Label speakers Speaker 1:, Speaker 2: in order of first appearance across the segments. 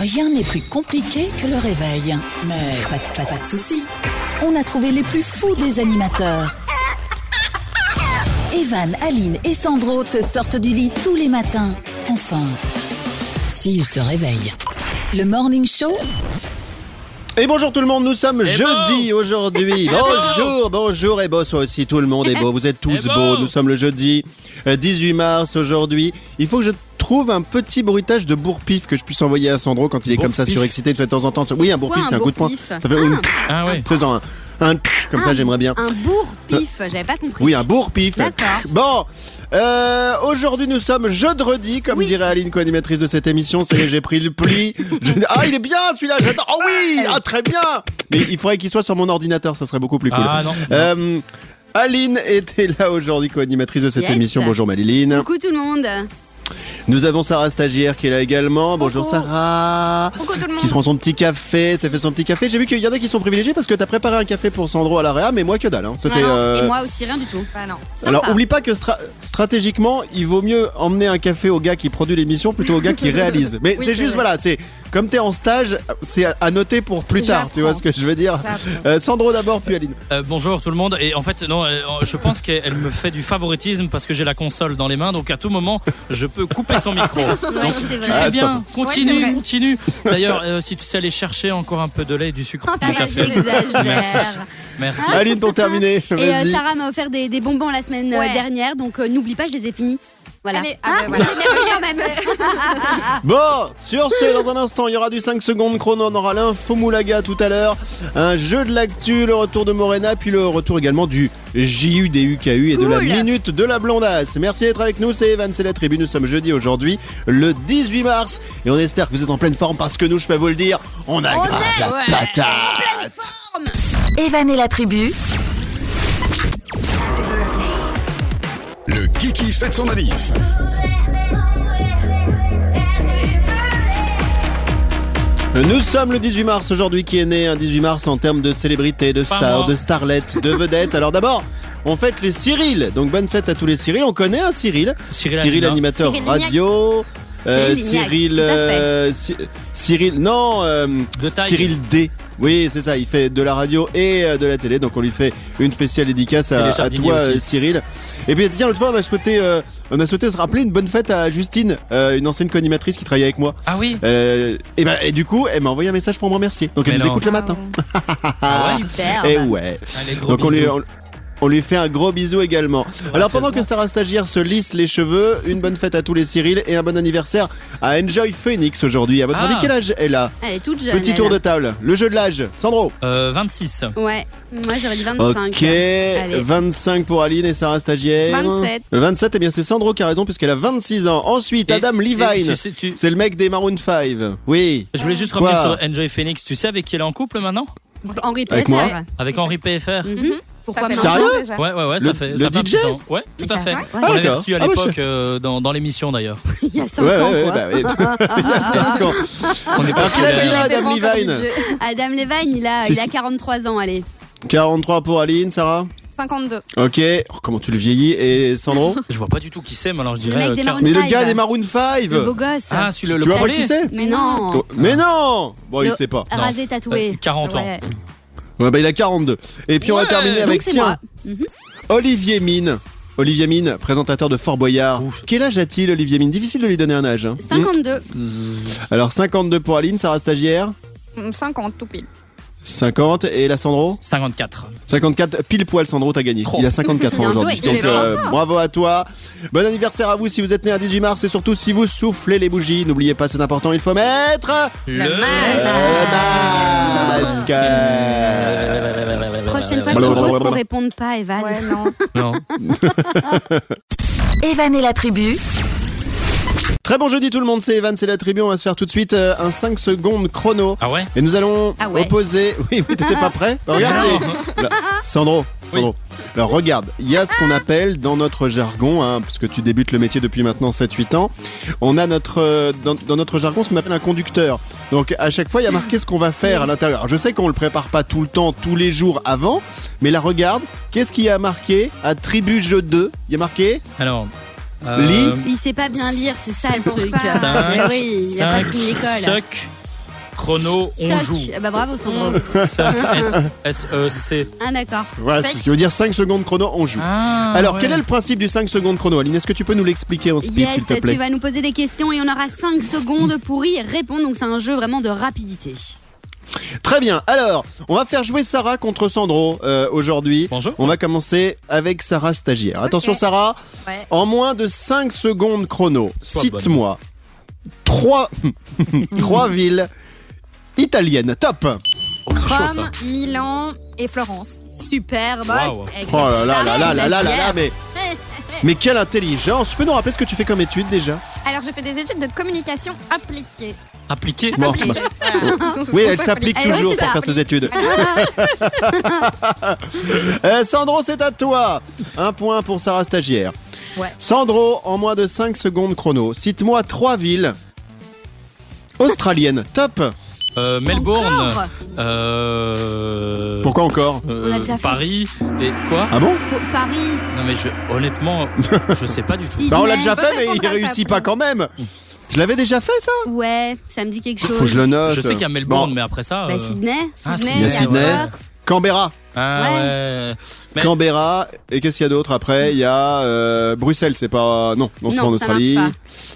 Speaker 1: Rien n'est plus compliqué que le réveil. Mais pas, de- pas, de- pas de soucis. On a trouvé les plus fous des animateurs. Evan, Aline et Sandro te sortent du lit tous les matins. Enfin, s'ils se réveillent. Le morning show
Speaker 2: Et bonjour tout le monde, nous sommes jeudi aujourd'hui. Bonjour, bonjour et beau, soit aussi tout le monde est beau. Vous êtes tous
Speaker 3: Et beau.
Speaker 2: beaux. Nous sommes le jeudi euh, 18 mars aujourd'hui. Il faut que je trouve un petit bruitage de bourre-pif que je puisse envoyer à Sandro quand il est comme ça
Speaker 3: Bourre-pif.
Speaker 2: surexcité de temps en temps. Oui, un bourre-pif,
Speaker 4: quoi,
Speaker 2: c'est un
Speaker 4: un
Speaker 2: coup de poing.
Speaker 4: bourre-pif
Speaker 2: Ça fait une-
Speaker 3: Ah ouais.
Speaker 2: c'est ça, hein. un, un comme ça,
Speaker 4: Un-
Speaker 2: j'aimerais bien.
Speaker 4: Un bourre-pif, j'avais pas compris.
Speaker 2: Oui, un bourre-pif.
Speaker 4: D'accord.
Speaker 2: Bon, euh, aujourd'hui nous sommes jeudi, comme
Speaker 4: Oui.
Speaker 2: dirait Aline, co-animatrice de cette émission. C'est j'ai pris le pli. Je- Ah, il est bien celui-là, j'adore. Oh oui, ah très bien. Mais il faudrait qu'il soit sur mon ordinateur, ça serait beaucoup plus cool.
Speaker 3: Ah non.
Speaker 2: Euh, Aline était là aujourd'hui, co-animatrice de cette
Speaker 4: Yes.
Speaker 2: émission. Bonjour Maline.
Speaker 4: Coucou tout le monde.
Speaker 2: Nous avons Sarah Stagiaire qui est là également. Bonjour
Speaker 4: Coucou.
Speaker 2: Sarah.
Speaker 4: Coucou tout le
Speaker 2: Qui se prend son petit café, ça fait son petit café. J'ai vu qu'il y en a qui sont privilégiés parce que t'as préparé un café pour Sandro à l'area, mais moi que dalle. hein. Ça,
Speaker 4: Ah
Speaker 2: c'est, euh,
Speaker 4: Et moi aussi, rien du tout.
Speaker 5: Bah
Speaker 4: Ah non.
Speaker 2: alors oublie pas que stra- stratégiquement, il vaut mieux emmener un café au gars qui produit l'émission plutôt au gars qui réalise. Mais
Speaker 4: Oui,
Speaker 2: c'est
Speaker 4: c'est
Speaker 2: juste
Speaker 4: vrai.
Speaker 2: voilà, c'est comme t'es en stage, c'est à- à noter pour plus tard. Tu vois ce que je veux dire Euh, Sandro d'abord, puis Aline.
Speaker 3: Euh, bonjour tout le monde. Et en fait, non, euh, je pense qu'elle me fait du favoritisme parce que j'ai la console dans les mains, donc à tout moment, je peux couper son micro.
Speaker 4: Ouais, c'est
Speaker 3: Tu
Speaker 4: vrai.
Speaker 2: Ah,
Speaker 3: fais
Speaker 2: c'est pas
Speaker 3: bien,
Speaker 4: Ouais,
Speaker 3: continue,
Speaker 4: c'est vrai.
Speaker 3: continue. D'ailleurs, euh, si tu sais aller chercher encore un peu de lait et du sucre
Speaker 4: Ça
Speaker 3: pour ton
Speaker 4: va, Hein
Speaker 3: café,
Speaker 4: j'exagère.
Speaker 3: merci.
Speaker 2: Aline pour terminer.
Speaker 4: Ah. Et euh,
Speaker 2: Vas-y.
Speaker 4: Sarah m'a offert des, des bonbons la semaine euh,
Speaker 5: Ouais.
Speaker 4: dernière, donc euh, n'oublie pas, je les ai finis. Voilà.
Speaker 5: Allez, ah,
Speaker 4: Hein
Speaker 5: bah, voilà.
Speaker 4: Merci quand même.
Speaker 2: Bon, sur ce, dans un instant, il y aura du 5 secondes chrono, on aura l'info Moulaga tout à l'heure, un jeu de l'actu, le retour de Morena, puis le retour également du JU des UKU et de la
Speaker 4: Cool.
Speaker 2: minute de la blondasse. Merci d'être avec nous, c'est Evan, c'est la tribu, nous sommes jeudi aujourd'hui, le 18 mars, et on espère que vous êtes en pleine forme parce que nous, je peux vous le dire, on a grave la patate.
Speaker 1: Evan et la tribu.
Speaker 6: Le Kiki fête son manif.
Speaker 2: Nous sommes le 18 mars aujourd'hui qui est né un 18 mars en termes de célébrité, de
Speaker 3: Pas
Speaker 2: star,
Speaker 3: moi.
Speaker 2: de starlette, de vedette. Alors d'abord, on fête les Cyril. Donc bonne fête à tous les Cyril. On connaît un Cyril.
Speaker 3: Cyril Hanouna.
Speaker 2: animateur
Speaker 4: Cyril Lignac.
Speaker 2: radio.
Speaker 4: Cyril Lignac,
Speaker 2: Cyril,
Speaker 4: tout à fait.
Speaker 2: euh, Cy- Cyril, non, euh,
Speaker 3: De taille.
Speaker 2: Cyril D. Oui, c'est ça. Il fait de la radio et euh, de la télé, donc on lui fait une spéciale dédicace
Speaker 3: Et
Speaker 2: à,
Speaker 3: les
Speaker 2: à
Speaker 3: jardiniers
Speaker 2: toi,
Speaker 3: aussi.
Speaker 2: euh, Cyril. Et puis tiens, l'autre fois, on a souhaité, euh, on a souhaité se rappeler une bonne fête à Justine, euh, une ancienne co-animatrice qui travaillait avec moi.
Speaker 3: Ah oui.
Speaker 2: Euh, et, ben, et du coup, elle m'a envoyé un message pour me remercier. Donc elle
Speaker 3: Mais
Speaker 2: nous
Speaker 3: non.
Speaker 2: écoute le matin.
Speaker 3: Ah ouais.
Speaker 4: Superbe.
Speaker 2: Et ouais.
Speaker 3: Allez, gros
Speaker 2: Donc on lui,
Speaker 3: bisous.
Speaker 2: on, on lui fait un gros bisou également.
Speaker 3: la
Speaker 2: Alors
Speaker 3: fesse
Speaker 2: pendant que
Speaker 3: droite.
Speaker 2: Sarah Stagiaire se lisse les cheveux, une bonne fête à tous les Cyril et un bon anniversaire à Enjoy Phoenix aujourd'hui. À votre
Speaker 3: Ah.
Speaker 2: avis, quel âge elle a
Speaker 4: Elle est toute jeune.
Speaker 2: Petit
Speaker 4: elle.
Speaker 2: tour de table. Le jeu de l'âge. Sandro.
Speaker 3: Euh, 26.
Speaker 4: Ouais, moi j'aurais dit 25.
Speaker 2: Ok, 25 pour Aline et Sarah Stagiaire.
Speaker 5: 27.
Speaker 2: 27, et bien c'est Sandro qui a raison puisqu'elle a 26 ans. Ensuite,
Speaker 3: Et-
Speaker 2: Adam
Speaker 3: et
Speaker 2: Levine.
Speaker 3: tu sais- tu-
Speaker 2: C'est le mec des Maroon 5. Oui.
Speaker 3: Je voulais juste revenir
Speaker 2: Quoi
Speaker 3: sur Enjoy Phoenix. Tu sais avec qui elle est en couple maintenant
Speaker 4: Henri
Speaker 2: Avec
Speaker 4: Pérez.
Speaker 2: moi
Speaker 3: Avec Henri PFR.
Speaker 4: Pourquoi
Speaker 2: fait
Speaker 4: pas
Speaker 2: Sérieux
Speaker 3: Ouais, ouais, ouais, ça
Speaker 2: Le-
Speaker 3: fait,
Speaker 2: le
Speaker 3: ça fait un
Speaker 2: DJ?
Speaker 3: petit temps. Ouais, tout à fait.
Speaker 4: Ouais.
Speaker 3: On l'avait
Speaker 2: d'accord.
Speaker 3: reçu à
Speaker 2: Ah ouais, je-
Speaker 3: l'époque euh, dans, dans l'émission d'ailleurs.
Speaker 4: Il y a 5
Speaker 2: Ouais,
Speaker 4: ans,
Speaker 2: ouais,
Speaker 4: quoi.
Speaker 2: bah, ouais. Il y a cinq ans. Ah,
Speaker 3: On n'est
Speaker 4: Ah,
Speaker 3: pas
Speaker 2: Quel âge il a,
Speaker 3: populaire.
Speaker 2: Adam Levine
Speaker 4: Adam Levine, il a,
Speaker 2: C'est
Speaker 4: il a
Speaker 2: si-
Speaker 4: 43 ans, allez.
Speaker 2: 43 pour Aline, Sarah
Speaker 5: 52.
Speaker 2: Ok. Oh, comment tu le vieillis Et Sandro
Speaker 3: Je vois pas du tout qui c'est, mais alors je dirais.
Speaker 4: mec des
Speaker 3: euh, Car-
Speaker 4: Maroon
Speaker 2: Mais le
Speaker 4: Five.
Speaker 2: gars des Maroon 5
Speaker 4: Le beau gosse.
Speaker 3: Ah, celui le,
Speaker 2: Tu
Speaker 3: le
Speaker 2: vois pas
Speaker 3: premier
Speaker 2: qui c'est
Speaker 4: mais non.
Speaker 2: Oh, Mais non Bon, il
Speaker 4: Le-
Speaker 2: sait pas.
Speaker 3: Non.
Speaker 4: Rasé tatoué.
Speaker 3: Euh, 40 ans.
Speaker 5: Ouais.
Speaker 2: Ouais, bah, il a 42. Et puis on va
Speaker 3: Ouais.
Speaker 2: terminer
Speaker 4: Donc
Speaker 2: avec,
Speaker 4: c'est
Speaker 2: tiens, Hmm.
Speaker 4: moi.
Speaker 2: Olivier Mine. Olivier Mine, présentateur de Fort Boyard. Quel âge a-t-il, Olivier Mine Difficile de lui donner un âge. hein.
Speaker 4: 52.
Speaker 2: Hmm. Alors, 52 pour Aline, Sarah Stagiaire.
Speaker 5: Mm, 50 tout pile.
Speaker 2: 50. Et la Sandro
Speaker 3: 54.
Speaker 2: 54. Pile poil, Sandro, t'as gagné.
Speaker 3: Oh.
Speaker 2: Il a 54 ans
Speaker 4: Bien joué.
Speaker 2: aujourd'hui.
Speaker 4: Il
Speaker 2: Donc,
Speaker 5: est vraiment
Speaker 2: euh, bravo à toi. Bon anniversaire à vous si vous êtes né un 18 mars et surtout si vous soufflez les bougies. N'oubliez pas, c'est important, il faut mettre. Le masque.
Speaker 4: Ah. Prochaine
Speaker 2: bah,
Speaker 4: fois, je propose qu'on réponde pas, Evan.
Speaker 5: Ouais, non.
Speaker 3: Non.
Speaker 1: Evan et la tribu.
Speaker 2: Très bon jeudi tout le monde, c'est Evan, c'est la tribu, on va se faire tout de suite euh, un 5 secondes chrono.
Speaker 3: Ah ouais
Speaker 2: Et nous allons
Speaker 4: Ah ouais.
Speaker 2: opposer... Oui, oui, t'étais pas prêt Bah, Regarde, c'est- Là, Sandro, Sandro. Alors regarde, il y a ce qu'on appelle dans notre jargon, hein, puisque tu débutes le métier depuis maintenant 7-8 ans, on a notre, euh, dans, dans notre jargon ce qu'on appelle un conducteur. Donc à chaque fois, il y a marqué ce qu'on va faire à l'intérieur. Alors, Je sais qu'on le prépare pas tout le temps, tous les jours avant, mais là regarde, qu'est-ce qu'il y a marqué à Tribu Jeu 2 Il y a marqué
Speaker 3: Alors. euh,
Speaker 2: Lis.
Speaker 4: Il sait pas bien lire, c'est ça le
Speaker 5: C'est pour
Speaker 4: truc.
Speaker 5: ça.
Speaker 4: Mais oui, il a pas
Speaker 3: cinq,
Speaker 4: pris l'école.
Speaker 3: suck, chrono, on
Speaker 4: Soc.
Speaker 3: joue. Mmh.
Speaker 4: Ah Bah, bravo, Sandro.
Speaker 3: Sec, S- S-E-C.
Speaker 4: Ah, d'accord.
Speaker 2: Voilà,
Speaker 5: Cinq.
Speaker 2: ce qui veut dire 5 secondes chrono, on
Speaker 4: Ah,
Speaker 2: joue.
Speaker 3: Ah,
Speaker 2: Alors, quel est le principe du 5 secondes chrono Aline, est-ce que tu peux nous l'expliquer en speed,
Speaker 4: Yes,
Speaker 2: s'il te
Speaker 4: tu
Speaker 2: plaît
Speaker 4: vas nous poser des questions et on aura 5 secondes pour y répondre. Donc, c'est un jeu vraiment de rapidité.
Speaker 2: Très bien, alors, on va faire jouer Sarah contre Sandro euh, aujourd'hui.
Speaker 3: Bonjour.
Speaker 2: On va commencer avec Sarah Stagiaire. Attention, Sarah,
Speaker 5: Ouais.
Speaker 2: en moins de 5 secondes chrono,
Speaker 3: Sois
Speaker 2: cite-moi 3... villes italiennes. Top
Speaker 3: Oh, c'est chaud ça.
Speaker 5: Rome, Milan et Florence.
Speaker 4: Superbe.
Speaker 3: Waouh.
Speaker 4: Avec
Speaker 2: Oh là là là là là
Speaker 4: la petite
Speaker 2: là là là,
Speaker 4: stagiaire.
Speaker 2: mais. Mais quelle intelligence Tu peux nous rappeler ce que tu fais comme étude déjà
Speaker 5: Alors, je fais des études de communication appliquée.
Speaker 3: Appliqué.
Speaker 2: Bon.
Speaker 5: Appliquée. Voilà. Ils
Speaker 2: Ah
Speaker 5: sont-
Speaker 2: bah. Oui,
Speaker 5: ils sont
Speaker 2: elle s'applique
Speaker 5: Ah
Speaker 4: Elle, ouais,
Speaker 2: toujours
Speaker 4: c'est
Speaker 2: pour
Speaker 4: ça.
Speaker 2: faire ses études. Euh, Sandro, c'est à toi Un point pour Sarah Stagiaire.
Speaker 5: Ouais.
Speaker 2: Sandro, en moins de 5 secondes chrono, cite-moi trois villes australiennes. Top
Speaker 3: Euh, Melbourne.
Speaker 4: Encore
Speaker 3: Euh,
Speaker 2: Pourquoi encore
Speaker 3: euh,
Speaker 4: On l'a déjà fait.
Speaker 3: Paris et quoi
Speaker 2: Ah bon
Speaker 4: Pour Paris,
Speaker 3: Non mais je, honnêtement, je sais pas du tout.
Speaker 4: Sydney.
Speaker 2: Bah, On l'a déjà
Speaker 5: peut
Speaker 2: fait, mais il
Speaker 5: répondre à ça
Speaker 2: réussit pas
Speaker 5: après.
Speaker 2: quand même Je l'avais déjà fait ça
Speaker 4: Ouais, ça me dit quelque chose.
Speaker 2: Faut que je le note.
Speaker 3: Je sais qu'il y a Melbourne, mais après ça.
Speaker 4: Bah,
Speaker 3: euh,
Speaker 4: Sydney.
Speaker 3: ah,
Speaker 5: Sydney,
Speaker 2: Il y a Sydney.
Speaker 5: Perth.
Speaker 2: Canberra
Speaker 3: Ah,
Speaker 4: Ouais.
Speaker 3: ouais. Mais-
Speaker 2: Canberra, et qu'est-ce qu'il y a d'autre après Il y a euh, Bruxelles, c'est pas. Non, non, c'est
Speaker 4: Non,
Speaker 2: pas en
Speaker 4: ça
Speaker 2: Australie.
Speaker 4: marche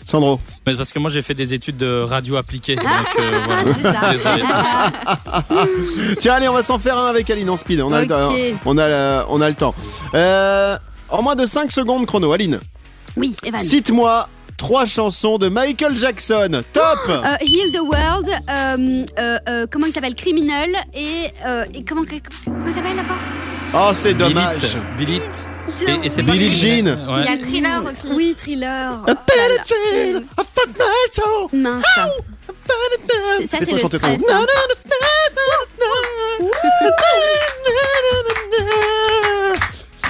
Speaker 2: Sandro.
Speaker 3: Mais parce que moi j'ai fait des études de radio appliquée. donc, euh, voilà.
Speaker 4: C'est ça.
Speaker 3: Désolé.
Speaker 2: Tiens, allez, on va s'en faire un avec Aline en speed. On a, le,
Speaker 4: Ok.
Speaker 2: temps. hein. on a, la- on a le temps. Euh, en moins de 5 secondes chrono, Aline,
Speaker 4: Oui, Evan.
Speaker 2: cite-moi trois chansons de Michael Jackson. Top
Speaker 4: Euh, Heal the World, euh, euh, euh, comment il s'appelle Criminal et, euh, et comment, comment il s'appelle encore
Speaker 2: Oh, c'est
Speaker 3: Billie,
Speaker 2: dommage.
Speaker 3: Billie. Et, et c'est pas
Speaker 2: Billie
Speaker 3: Billie.
Speaker 2: Jean.
Speaker 3: Ouais.
Speaker 5: Il y a Thriller aussi.
Speaker 4: Oui, Thriller.
Speaker 2: A
Speaker 4: Oh là
Speaker 2: better
Speaker 4: là.
Speaker 2: dream, a fuck my soul,
Speaker 4: Mince.
Speaker 2: a better dream.
Speaker 4: Ça, c'est
Speaker 2: Laisse-moi
Speaker 4: le
Speaker 2: chanter
Speaker 4: stress,
Speaker 2: ton-
Speaker 4: hein.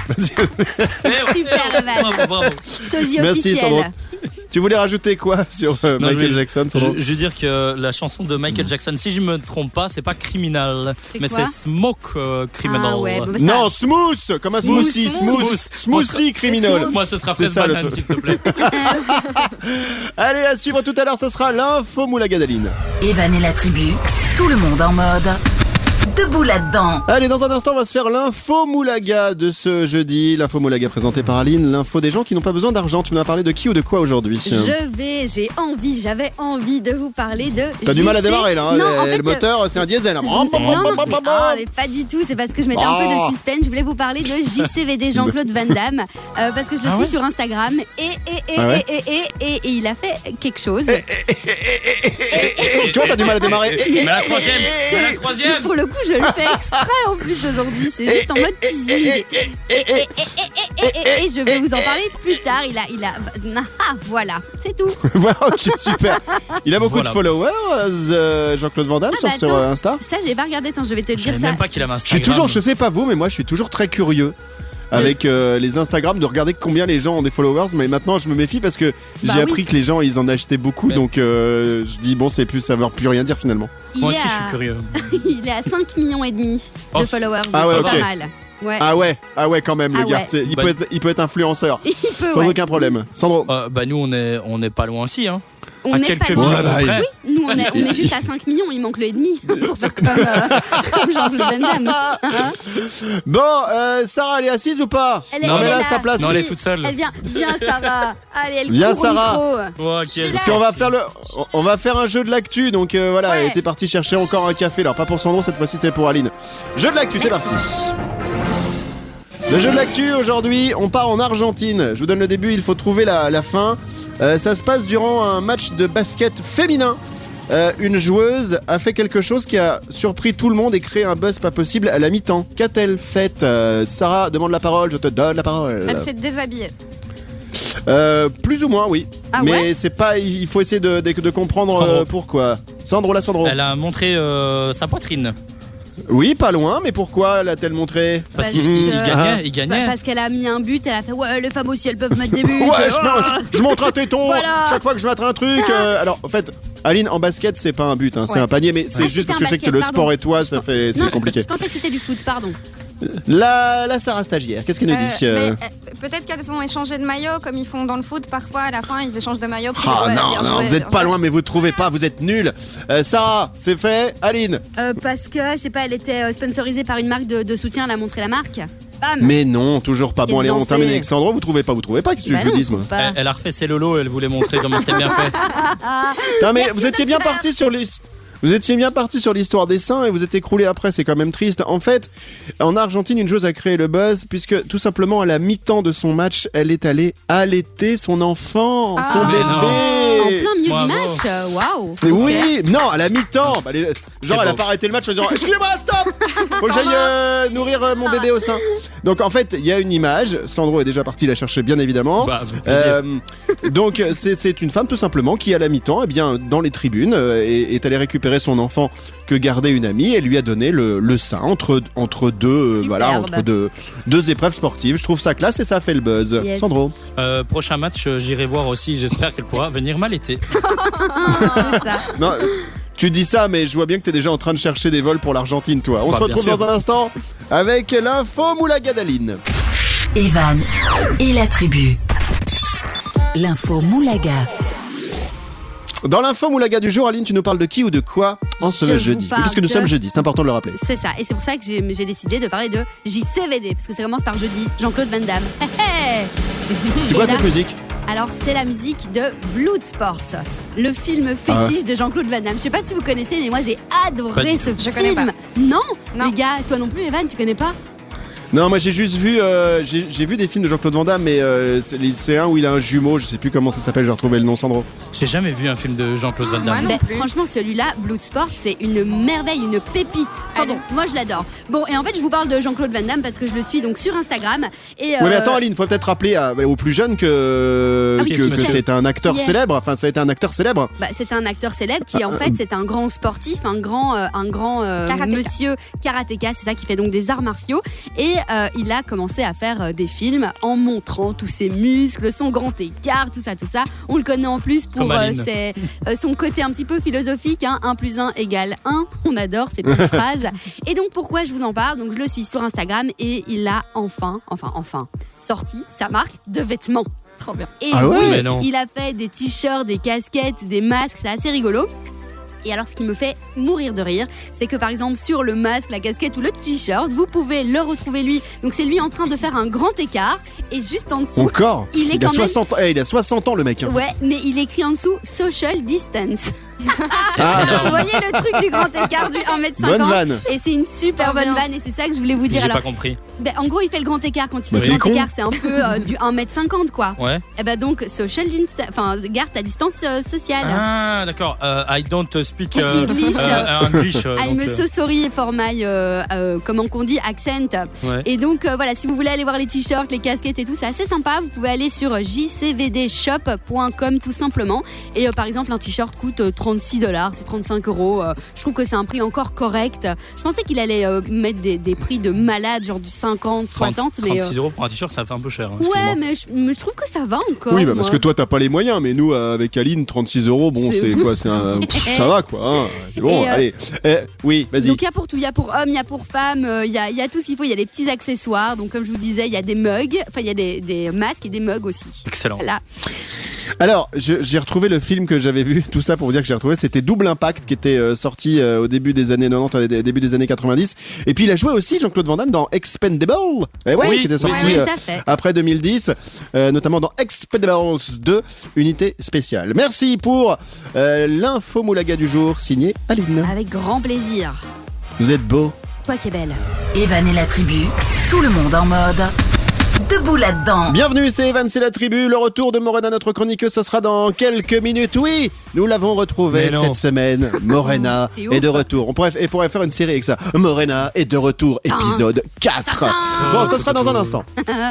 Speaker 2: Vas-y.
Speaker 4: Super, Evan.
Speaker 3: Eh, Ah Bravo, bravo.
Speaker 4: Sosie
Speaker 2: Merci
Speaker 4: officiel.
Speaker 2: Sandro. Tu voulais rajouter quoi sur euh,
Speaker 3: Non, je
Speaker 2: Michael
Speaker 3: voulais-
Speaker 2: Jackson
Speaker 3: Je,
Speaker 2: Sandro
Speaker 3: je veux dire que la chanson de Michael Jackson, si je me trompe pas, c'est pas criminal,
Speaker 4: C'est
Speaker 3: mais
Speaker 4: quoi
Speaker 3: c'est smoke euh, criminal.
Speaker 4: Ah ouais, bah, bah, ça-
Speaker 2: Non, smooth Comme un
Speaker 4: Smooth,
Speaker 2: smoothie,
Speaker 3: smooth.
Speaker 2: smooth, smoothie criminal.
Speaker 3: Moi, ce sera
Speaker 2: C'est
Speaker 3: Fresh
Speaker 2: ça, le
Speaker 3: Banane, s'il
Speaker 2: truc.
Speaker 3: te plaît.
Speaker 2: Allez, à suivre tout à l'heure, ça sera l'info Moulagadaline.
Speaker 1: Evan et la tribu, tout le monde en mode. Debout là-dedans.
Speaker 2: Allez, dans un instant, on va se faire l'info Moulaga de ce jeudi. L'info Moulaga présentée par Aline, l'info des gens qui n'ont pas besoin d'argent. Tu nous as parlé de qui ou de quoi aujourd'hui
Speaker 4: Je vais, j'ai envie, j'avais envie de vous parler de.
Speaker 2: T'as du
Speaker 4: JC.
Speaker 2: mal à démarrer là, hein.
Speaker 4: Non, en
Speaker 2: le,
Speaker 4: fait,
Speaker 2: le moteur c'est un diesel. hein.
Speaker 4: je-
Speaker 2: Bram, bram,
Speaker 4: non, non,
Speaker 2: bram, bram,
Speaker 4: mais,
Speaker 2: bram,
Speaker 4: ah,
Speaker 2: bram.
Speaker 4: mais pas du tout, c'est parce que je mettais un peu
Speaker 2: Ah.
Speaker 4: de suspense. Je voulais vous parler de JCVD Jean-Claude Van Damme euh, parce que je le
Speaker 3: Ah
Speaker 4: suis
Speaker 3: ouais
Speaker 4: sur Instagram et et et,
Speaker 2: Ah ouais
Speaker 4: et, et, et, et- et il a fait quelque chose.
Speaker 2: Eh, Tu vois, t'as du mal à démarrer.
Speaker 3: Mais la troisième, c'est la
Speaker 4: Mais
Speaker 3: troisième.
Speaker 4: pour le coup, je le fais exprès en plus aujourd'hui, c'est juste en mode
Speaker 2: Eh,
Speaker 4: teasing. Et, et, et, et, et, et, et je vais vous en parler plus tard. Il a, il a, ah, voilà, c'est tout.
Speaker 2: Voilà, ok, super. Il a beaucoup de
Speaker 3: Voilà.
Speaker 2: followers, euh, Jean-Claude Van Damme,
Speaker 4: Ah,
Speaker 2: sur,
Speaker 4: bah,
Speaker 2: sur,
Speaker 4: attends.
Speaker 2: euh, Insta.
Speaker 4: Ça, j'ai pas regardé. Attends, je vais te le
Speaker 3: Je
Speaker 4: dire
Speaker 3: savais
Speaker 4: ça.
Speaker 3: même pas qu'il avait Instagram.
Speaker 2: Je suis toujours, je sais pas vous, mais moi je suis toujours très curieux avec euh, les Instagram de regarder combien les gens ont des followers. Mais maintenant je me méfie parce que j'ai
Speaker 4: Bah oui.
Speaker 2: appris que les gens ils en achetaient beaucoup,
Speaker 3: Ouais.
Speaker 2: donc euh, je dis bon, c'est plus, ça veut plus rien dire finalement.
Speaker 4: Il
Speaker 3: Moi
Speaker 4: est
Speaker 3: aussi, je suis
Speaker 4: à-
Speaker 3: curieux.
Speaker 4: Il est à 5 millions et demi
Speaker 3: Oh,
Speaker 4: de
Speaker 3: c'est-
Speaker 4: followers,
Speaker 2: Ah ouais,
Speaker 4: c'est
Speaker 2: ok.
Speaker 4: pas mal. Ouais.
Speaker 2: Ah ouais, ah ouais, quand même,
Speaker 4: Ah
Speaker 2: le gars,
Speaker 4: ouais.
Speaker 2: t'sais, il,
Speaker 3: Bah-
Speaker 2: peut être, il peut être influenceur
Speaker 4: Il peut,
Speaker 2: sans
Speaker 4: ouais.
Speaker 2: aucun problème. Sandro,
Speaker 3: Euh, bah nous on est on est pas loin aussi hein.
Speaker 4: On
Speaker 3: à
Speaker 4: est
Speaker 3: quelques
Speaker 4: pas
Speaker 3: millions
Speaker 4: loin.
Speaker 2: Ouais, bah,
Speaker 3: près.
Speaker 4: Nous, on est, on est juste à 5 millions, il manque le et demi pour faire comme, euh, comme Jean-Claude Van Damme. Hein
Speaker 2: bon, euh, Sarah, elle est assise ou pas
Speaker 4: Elle est-
Speaker 3: Non,
Speaker 2: elle
Speaker 3: mais
Speaker 2: est
Speaker 4: là,
Speaker 2: à sa place.
Speaker 3: Non elle est
Speaker 4: Oui,
Speaker 3: toute seule.
Speaker 4: Elle vient, viens Sarah, allez, elle
Speaker 2: Viens,
Speaker 4: court au
Speaker 2: Sarah.
Speaker 4: micro.
Speaker 3: Ouais, ok.
Speaker 2: Parce qu'on va faire le, on- on va faire un jeu de l'actu. Donc euh, voilà,
Speaker 5: Ouais.
Speaker 2: elle était partie chercher encore un café. Alors pas pour Sandro cette fois-ci, c'était pour Aline. Jeu de l'actu, c'est parti. Le jeu de l'actu aujourd'hui, on part en Argentine. Je vous donne le début, il faut trouver la, la fin. Euh, ça se passe durant un match de basket féminin. Euh, une joueuse a fait quelque chose qui a surpris tout le monde et créé un buzz pas possible à la mi-temps. Qu'a-t-elle fait Euh, Sarah, demande la parole, je te donne la parole.
Speaker 5: Elle s'est déshabillée.
Speaker 2: Euh, plus ou moins, oui.
Speaker 4: Ah
Speaker 2: Mais
Speaker 4: ouais
Speaker 2: c'est pas. Il faut essayer de, de, de comprendre
Speaker 3: Sandro.
Speaker 2: euh, pourquoi. Sandro, la Sandro.
Speaker 3: Elle a montré euh, sa poitrine
Speaker 2: Oui, pas loin, mais pourquoi l'a-t-elle montré
Speaker 3: parce
Speaker 4: Bah,
Speaker 3: qu'il
Speaker 4: juste,
Speaker 3: il
Speaker 4: euh,
Speaker 3: gagnait, il
Speaker 4: Bah,
Speaker 3: gagnait.
Speaker 4: parce qu'elle a mis un but, elle a fait Ouais, les femmes aussi, elles peuvent mettre des buts.
Speaker 2: Ouais, je, non, je- je montre un téton
Speaker 4: Voilà.
Speaker 2: chaque fois que je mate un truc. euh, alors, en fait, Aline, en basket, c'est pas un but, hein, c'est
Speaker 4: Ouais.
Speaker 2: un panier, mais c'est
Speaker 4: Ah,
Speaker 2: juste
Speaker 4: c'était
Speaker 2: parce
Speaker 4: un
Speaker 2: que je sais que
Speaker 4: basket,
Speaker 2: le
Speaker 4: pardon.
Speaker 2: sport et toi, ça
Speaker 4: Je-
Speaker 2: fait,
Speaker 4: Non,
Speaker 2: c'est compliqué.
Speaker 4: Je pensais que c'était du foot, pardon.
Speaker 2: La, la Sarah stagiaire, qu'est-ce qu'elle nous
Speaker 5: Euh,
Speaker 2: dit euh,
Speaker 5: mais, euh, Peut-être qu'elles ont échangé de maillot comme ils font dans le foot parfois à la fin ils échangent de maillot. puis,
Speaker 2: Ah
Speaker 5: ouais, bien
Speaker 2: non, non,
Speaker 5: joué,
Speaker 2: vous êtes
Speaker 5: bien
Speaker 2: pas
Speaker 5: joué.
Speaker 2: loin, mais vous ne trouvez pas, vous êtes nuls. Euh, Sarah, c'est fait. Aline.
Speaker 4: Euh, parce que, je sais pas, elle était euh, sponsorisée par une marque de, de soutien, elle a montré la marque. Bam
Speaker 2: Mais non, toujours pas. Bon, allez,
Speaker 4: Qu'est-ce
Speaker 2: on
Speaker 4: que
Speaker 2: termine
Speaker 4: c'est
Speaker 2: avec Sandro. Vous trouvez pas, vous trouvez pas. Qu'est-ce que
Speaker 4: Bah
Speaker 2: je
Speaker 4: non,
Speaker 2: vous dise, moi
Speaker 4: c'est
Speaker 3: Elle,
Speaker 4: pas-
Speaker 3: elle a refait ses lolos, elle voulait montrer comment c'était bien fait.
Speaker 4: Ah,
Speaker 2: Non, mais
Speaker 4: Merci,
Speaker 2: vous étiez bien
Speaker 4: docteur.
Speaker 2: parti sur les. Vous étiez bien parti sur l'histoire des seins et vous êtes écroulé après, c'est quand même triste. En fait, en Argentine, une chose a créé le buzz, puisque tout simplement à la mi-temps de son match, elle est allée allaiter son enfant,
Speaker 5: Ah.
Speaker 2: son
Speaker 5: Mais
Speaker 4: En
Speaker 2: bébé.
Speaker 4: plein milieu
Speaker 3: Bravo.
Speaker 4: du match, euh, waouh
Speaker 2: Et oui, non, à la mi-temps. Bah, les- Genre,
Speaker 3: C'est
Speaker 2: elle a
Speaker 3: beau.
Speaker 2: pas arrêté le match en disant Excusez-moi, stop Faut que j'aille euh, nourrir euh, mon bébé au sein. Donc, en fait, il y a une image. Sandro est déjà parti la chercher, bien évidemment.
Speaker 3: Bah, avec plaisir.
Speaker 2: Euh, donc c'est c'est une femme tout simplement qui à la mi-temps, eh bien dans les tribunes, euh, est, est allée récupérer son enfant que gardait une amie et lui a donné le, le sein entre entre deux euh,
Speaker 4: Superbe.
Speaker 2: voilà entre deux deux épreuves sportives. Je trouve ça classe et ça fait le buzz.
Speaker 4: Yes.
Speaker 2: Sandro,
Speaker 3: Euh, prochain match, euh, j'irai voir aussi. J'espère qu'elle pourra venir mal été.
Speaker 4: C'est ça.
Speaker 2: non, euh, tu dis ça mais je vois bien que t'es déjà en train de chercher des vols pour l'Argentine, toi. On
Speaker 3: Bah,
Speaker 2: se
Speaker 3: bien
Speaker 2: retrouve
Speaker 3: sûr.
Speaker 2: dans un instant avec l'info Moulagadaline.
Speaker 1: Evan et la tribu. L'info Moulaga.
Speaker 2: Dans l'info Moulaga du jour, Aline, tu nous parles de qui ou de quoi en ce
Speaker 4: Je vous
Speaker 2: jeudi
Speaker 4: parle
Speaker 2: Parce que nous
Speaker 4: de-
Speaker 2: sommes jeudi, c'est important de le rappeler.
Speaker 4: C'est ça, et c'est pour ça que j'ai j'ai décidé de parler de JCVD, parce que ça commence par jeudi, Jean-Claude Van Damme. Hé, hé
Speaker 2: C'est quoi
Speaker 4: Et là-
Speaker 2: cette musique
Speaker 4: Alors, c'est la musique de Bloodsport, le film
Speaker 2: Ah
Speaker 4: fétiche de Jean-Claude Van Damme. Je sais pas si vous connaissez, mais moi j'ai
Speaker 3: Pas
Speaker 4: adoré
Speaker 3: du
Speaker 4: ce
Speaker 5: Je
Speaker 4: film.
Speaker 5: connais pas.
Speaker 4: Non,
Speaker 5: Non.
Speaker 4: les gars, toi non plus, Evan, tu connais pas
Speaker 2: Non, moi j'ai juste vu, euh, j'ai j'ai vu des films de Jean-Claude Van Damme, mais euh, c'est c'est un où il a un jumeau, je sais plus comment ça s'appelle, j'ai retrouvé le nom Sandro.
Speaker 3: J'ai jamais vu un film de Jean-Claude Van
Speaker 5: Ah
Speaker 3: Damme.
Speaker 5: non
Speaker 4: Ben,
Speaker 5: plus.
Speaker 4: franchement, celui-là, Bloodsport, c'est une merveille, une pépite.
Speaker 5: Ah,
Speaker 4: Pardon, moi je l'adore. Bon, et en fait, je vous parle de Jean-Claude Van Damme parce que je le suis donc sur Instagram. Et
Speaker 2: Ouais, mais
Speaker 4: euh,
Speaker 2: attends, Aline, faut peut-être rappeler à- aux plus jeunes que,
Speaker 4: Ah
Speaker 3: oui,
Speaker 2: que,
Speaker 3: qui
Speaker 2: que
Speaker 3: c'est
Speaker 2: c'est un acteur
Speaker 4: Qui est
Speaker 2: célèbre, enfin ça a été un acteur célèbre.
Speaker 4: bah, c'est un acteur célèbre qui en fait c'est un grand sportif, un grand, euh, un grand euh,
Speaker 5: Karatéka.
Speaker 4: monsieur karatéka, c'est ça qui fait donc des arts martiaux et euh, il a commencé à faire euh, des films en montrant tous ses muscles, son grand écart, tout ça, tout ça. On le connaît en plus pour
Speaker 3: Comme Aline.
Speaker 4: ses- euh, son côté un petit peu philosophique, hein, 1 plus 1 égale 1. On adore ces petites phrases. Et donc pourquoi je vous en parle Donc je le suis sur Instagram et il a enfin, enfin, enfin sorti sa marque de vêtements. Trop bien. Et
Speaker 2: Ah ouais
Speaker 4: oui,
Speaker 3: Mais non.
Speaker 4: il a fait des t-shirts, des casquettes, des masques, c'est assez rigolo. Et alors, ce qui me fait mourir de rire, c'est que par exemple, sur le masque, la casquette ou le t-shirt, vous pouvez le retrouver lui. Donc, c'est lui en train de faire un grand écart. Et juste en dessous,
Speaker 2: Encore
Speaker 4: il est
Speaker 2: a
Speaker 4: quand même-
Speaker 2: 60 ans, eh, il a 60 ans le mec. hein.
Speaker 4: ouais, mais il écrit en dessous social distance.
Speaker 2: Ah,
Speaker 4: vous voyez le truc du grand écart du
Speaker 2: bonne
Speaker 4: 1m50
Speaker 2: vanne.
Speaker 4: et c'est une super
Speaker 5: Trop
Speaker 4: bonne
Speaker 5: bien.
Speaker 4: vanne et c'est ça que je voulais vous dire.
Speaker 3: J'ai
Speaker 4: Alors,
Speaker 3: pas compris.
Speaker 4: ben, en gros, il fait le grand écart quand il
Speaker 2: Bah,
Speaker 4: fait le
Speaker 2: t'es
Speaker 4: grand
Speaker 2: con.
Speaker 4: écart, c'est un peu euh, du 1m50 quoi.
Speaker 3: Ouais.
Speaker 4: Et ben donc social distance, enfin garde ta distance euh, sociale.
Speaker 3: Ah, d'accord. Euh, I don't speak
Speaker 4: Take
Speaker 3: euh,
Speaker 4: English.
Speaker 3: euh, English, euh,
Speaker 4: I'm
Speaker 3: donc, euh,
Speaker 4: so sorry for my, euh, euh, comment qu'on dit, accent.
Speaker 3: ouais.
Speaker 4: Et donc euh, voilà, si vous voulez aller voir les t-shirts, les casquettes et tout, c'est assez sympa. Vous pouvez aller sur jcvdshop.com tout simplement. Et euh, par exemple, un t-shirt coûte euh, 36 dollars, c'est 35 euros. Euh, je trouve que c'est un prix encore correct. Je pensais qu'il allait euh, mettre des, des prix de malade, genre du 50,
Speaker 3: 30,
Speaker 4: 60, mais. euh,
Speaker 3: 36 euros pour un t-shirt, ça fait un peu cher. hein, excuse-moi.
Speaker 4: ouais, mais je, mais je trouve que ça va encore.
Speaker 2: Oui, bah, parce que
Speaker 4: moi.
Speaker 2: toi t'as pas les moyens, mais nous euh, avec Aline, 36 euros, bon,
Speaker 4: C'est-
Speaker 2: c'est quoi C'est un. pff, ça va quoi. hein. Bon,
Speaker 4: Et, euh,
Speaker 2: allez. Eh, oui, vas-y.
Speaker 4: Donc il y a pour tout, il y a pour hommes, il y a pour femmes, euh, il y a, il y a tout ce qu'il faut, il y a des petits accessoires, donc comme je vous disais, il y a des mugs, enfin il y a des, des masques et des mugs aussi.
Speaker 3: Excellent.
Speaker 4: Voilà.
Speaker 2: Alors, je- j'ai retrouvé le film que j'avais vu, tout ça pour vous dire que j'ai retrouvé, c'était Double Impact qui était euh, sorti euh, au début des années 90, euh, début des années 90. Et puis il a joué aussi Jean-Claude Van Damme dans Expendable, eh ouais,
Speaker 3: Oui,
Speaker 2: qui était
Speaker 3: oui,
Speaker 2: sorti
Speaker 4: oui.
Speaker 2: euh,
Speaker 4: Tout à fait.
Speaker 2: après 2010, euh, notamment dans Expendables 2, unité spéciale. Merci pour euh, l'info Moulaga du jour, signé Aline.
Speaker 4: Avec grand plaisir.
Speaker 2: Vous êtes beau.
Speaker 4: Toi qui es belle.
Speaker 1: Evan et la tribu. Tout le monde en mode. Debout là-dedans.
Speaker 2: Bienvenue, c'est Evan, c'est la tribu. Le retour de Morena, notre chroniqueuse, ce sera dans quelques minutes. Oui, nous l'avons retrouvé
Speaker 3: Mais non.
Speaker 2: cette semaine. Morena
Speaker 4: C'est ouf.
Speaker 2: est de retour. On pourrait, et pourrait faire une série avec ça. Morena est de retour, épisode 4. Bon, ce sera dans un instant.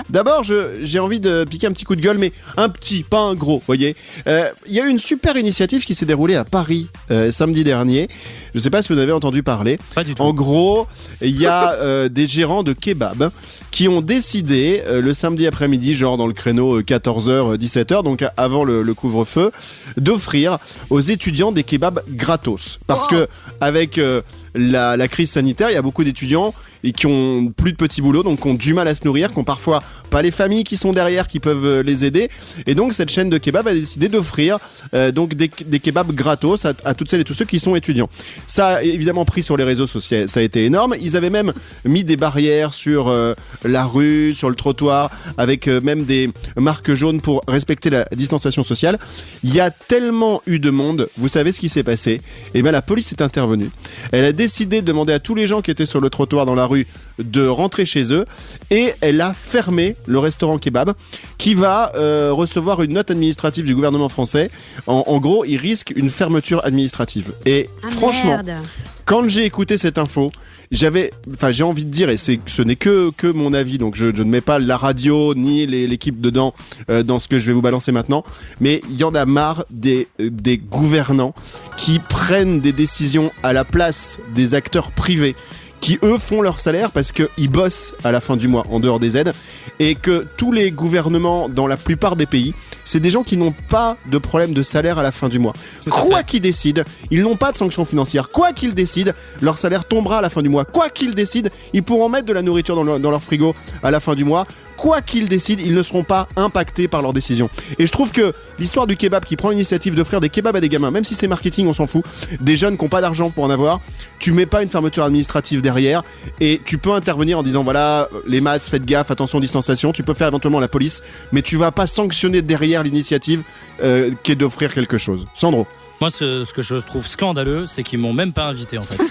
Speaker 2: D'abord, je- j'ai envie de piquer un petit coup de gueule, mais un petit, pas un gros, voyez. Euh, Il y a eu une super initiative qui s'est déroulée à Paris euh, samedi dernier. Je ne sais pas si vous en avez entendu parler.
Speaker 3: Pas du
Speaker 2: En
Speaker 3: tout.
Speaker 2: gros, il y a euh, des gérants de kebab qui ont décidé euh, le samedi après-midi, genre dans le créneau 14h-17h, donc euh, avant le, le couvre-feu, d'offrir aux étudiants des kebabs gratos. Parce que avec euh, la, la crise sanitaire, il y a beaucoup d'étudiants et qui ont plus de petits boulots, donc qui ont du mal à se nourrir, qui ont parfois pas les familles qui sont derrière qui peuvent euh, les aider. Et donc cette chaîne de kebab a décidé d'offrir euh, donc des, des kebabs gratos à, à toutes celles et tous ceux qui sont étudiants. Ça a évidemment pris sur les réseaux sociaux, ça a été énorme. Ils avaient même mis des barrières sur euh, la rue, sur le trottoir, avec euh, même des marques jaunes pour respecter la distanciation sociale. Il y a tellement eu de monde, vous savez ce qui s'est passé Eh bien la police est intervenue. Elle a décidé de demander à tous les gens qui étaient sur le trottoir dans la rue de rentrer chez eux et elle a fermé le restaurant kebab qui va euh, recevoir une note administrative du gouvernement français. En, en gros, il risque une fermeture administrative. Et
Speaker 4: Ah,
Speaker 2: franchement,
Speaker 4: merde.
Speaker 2: quand j'ai écouté cette info, j'avais, enfin, j'ai envie de dire, et c'est, ce n'est que, que mon avis, donc je, je ne mets pas la radio ni les- l'équipe dedans euh, dans ce que je vais vous balancer maintenant, mais il y en a marre des, euh, des gouvernants qui prennent des décisions à la place des acteurs privés qui eux font leur salaire parce qu'ils bossent à la fin du mois en dehors des aides et que tous les gouvernements dans la plupart des pays, c'est des gens qui n'ont pas de problème de salaire à la fin du mois.
Speaker 3: Tout à
Speaker 2: Quoi
Speaker 3: fait.
Speaker 2: qu'ils décident, ils n'ont pas de sanctions financières. Quoi qu'ils décident, leur salaire tombera à la fin du mois. Quoi qu'ils décident, ils pourront mettre de la nourriture dans leur, dans leur frigo à la fin du mois. Quoi qu'ils décident, ils ne seront pas impactés par leurs décisions. Et je trouve que l'histoire du kebab qui prend l'initiative d'offrir des kebabs à des gamins, même si c'est marketing, on s'en fout, des jeunes qui n'ont pas d'argent pour en avoir, tu mets pas une fermeture administrative derrière et tu peux intervenir en disant voilà, les masses, faites gaffe, attention, distanciation, tu peux faire éventuellement la police, mais tu vas pas sanctionner derrière l'initiative euh, qui est d'offrir quelque chose. Sandro.
Speaker 3: Moi, ce, ce que je trouve scandaleux, c'est qu'ils m'ont même pas invité en fait.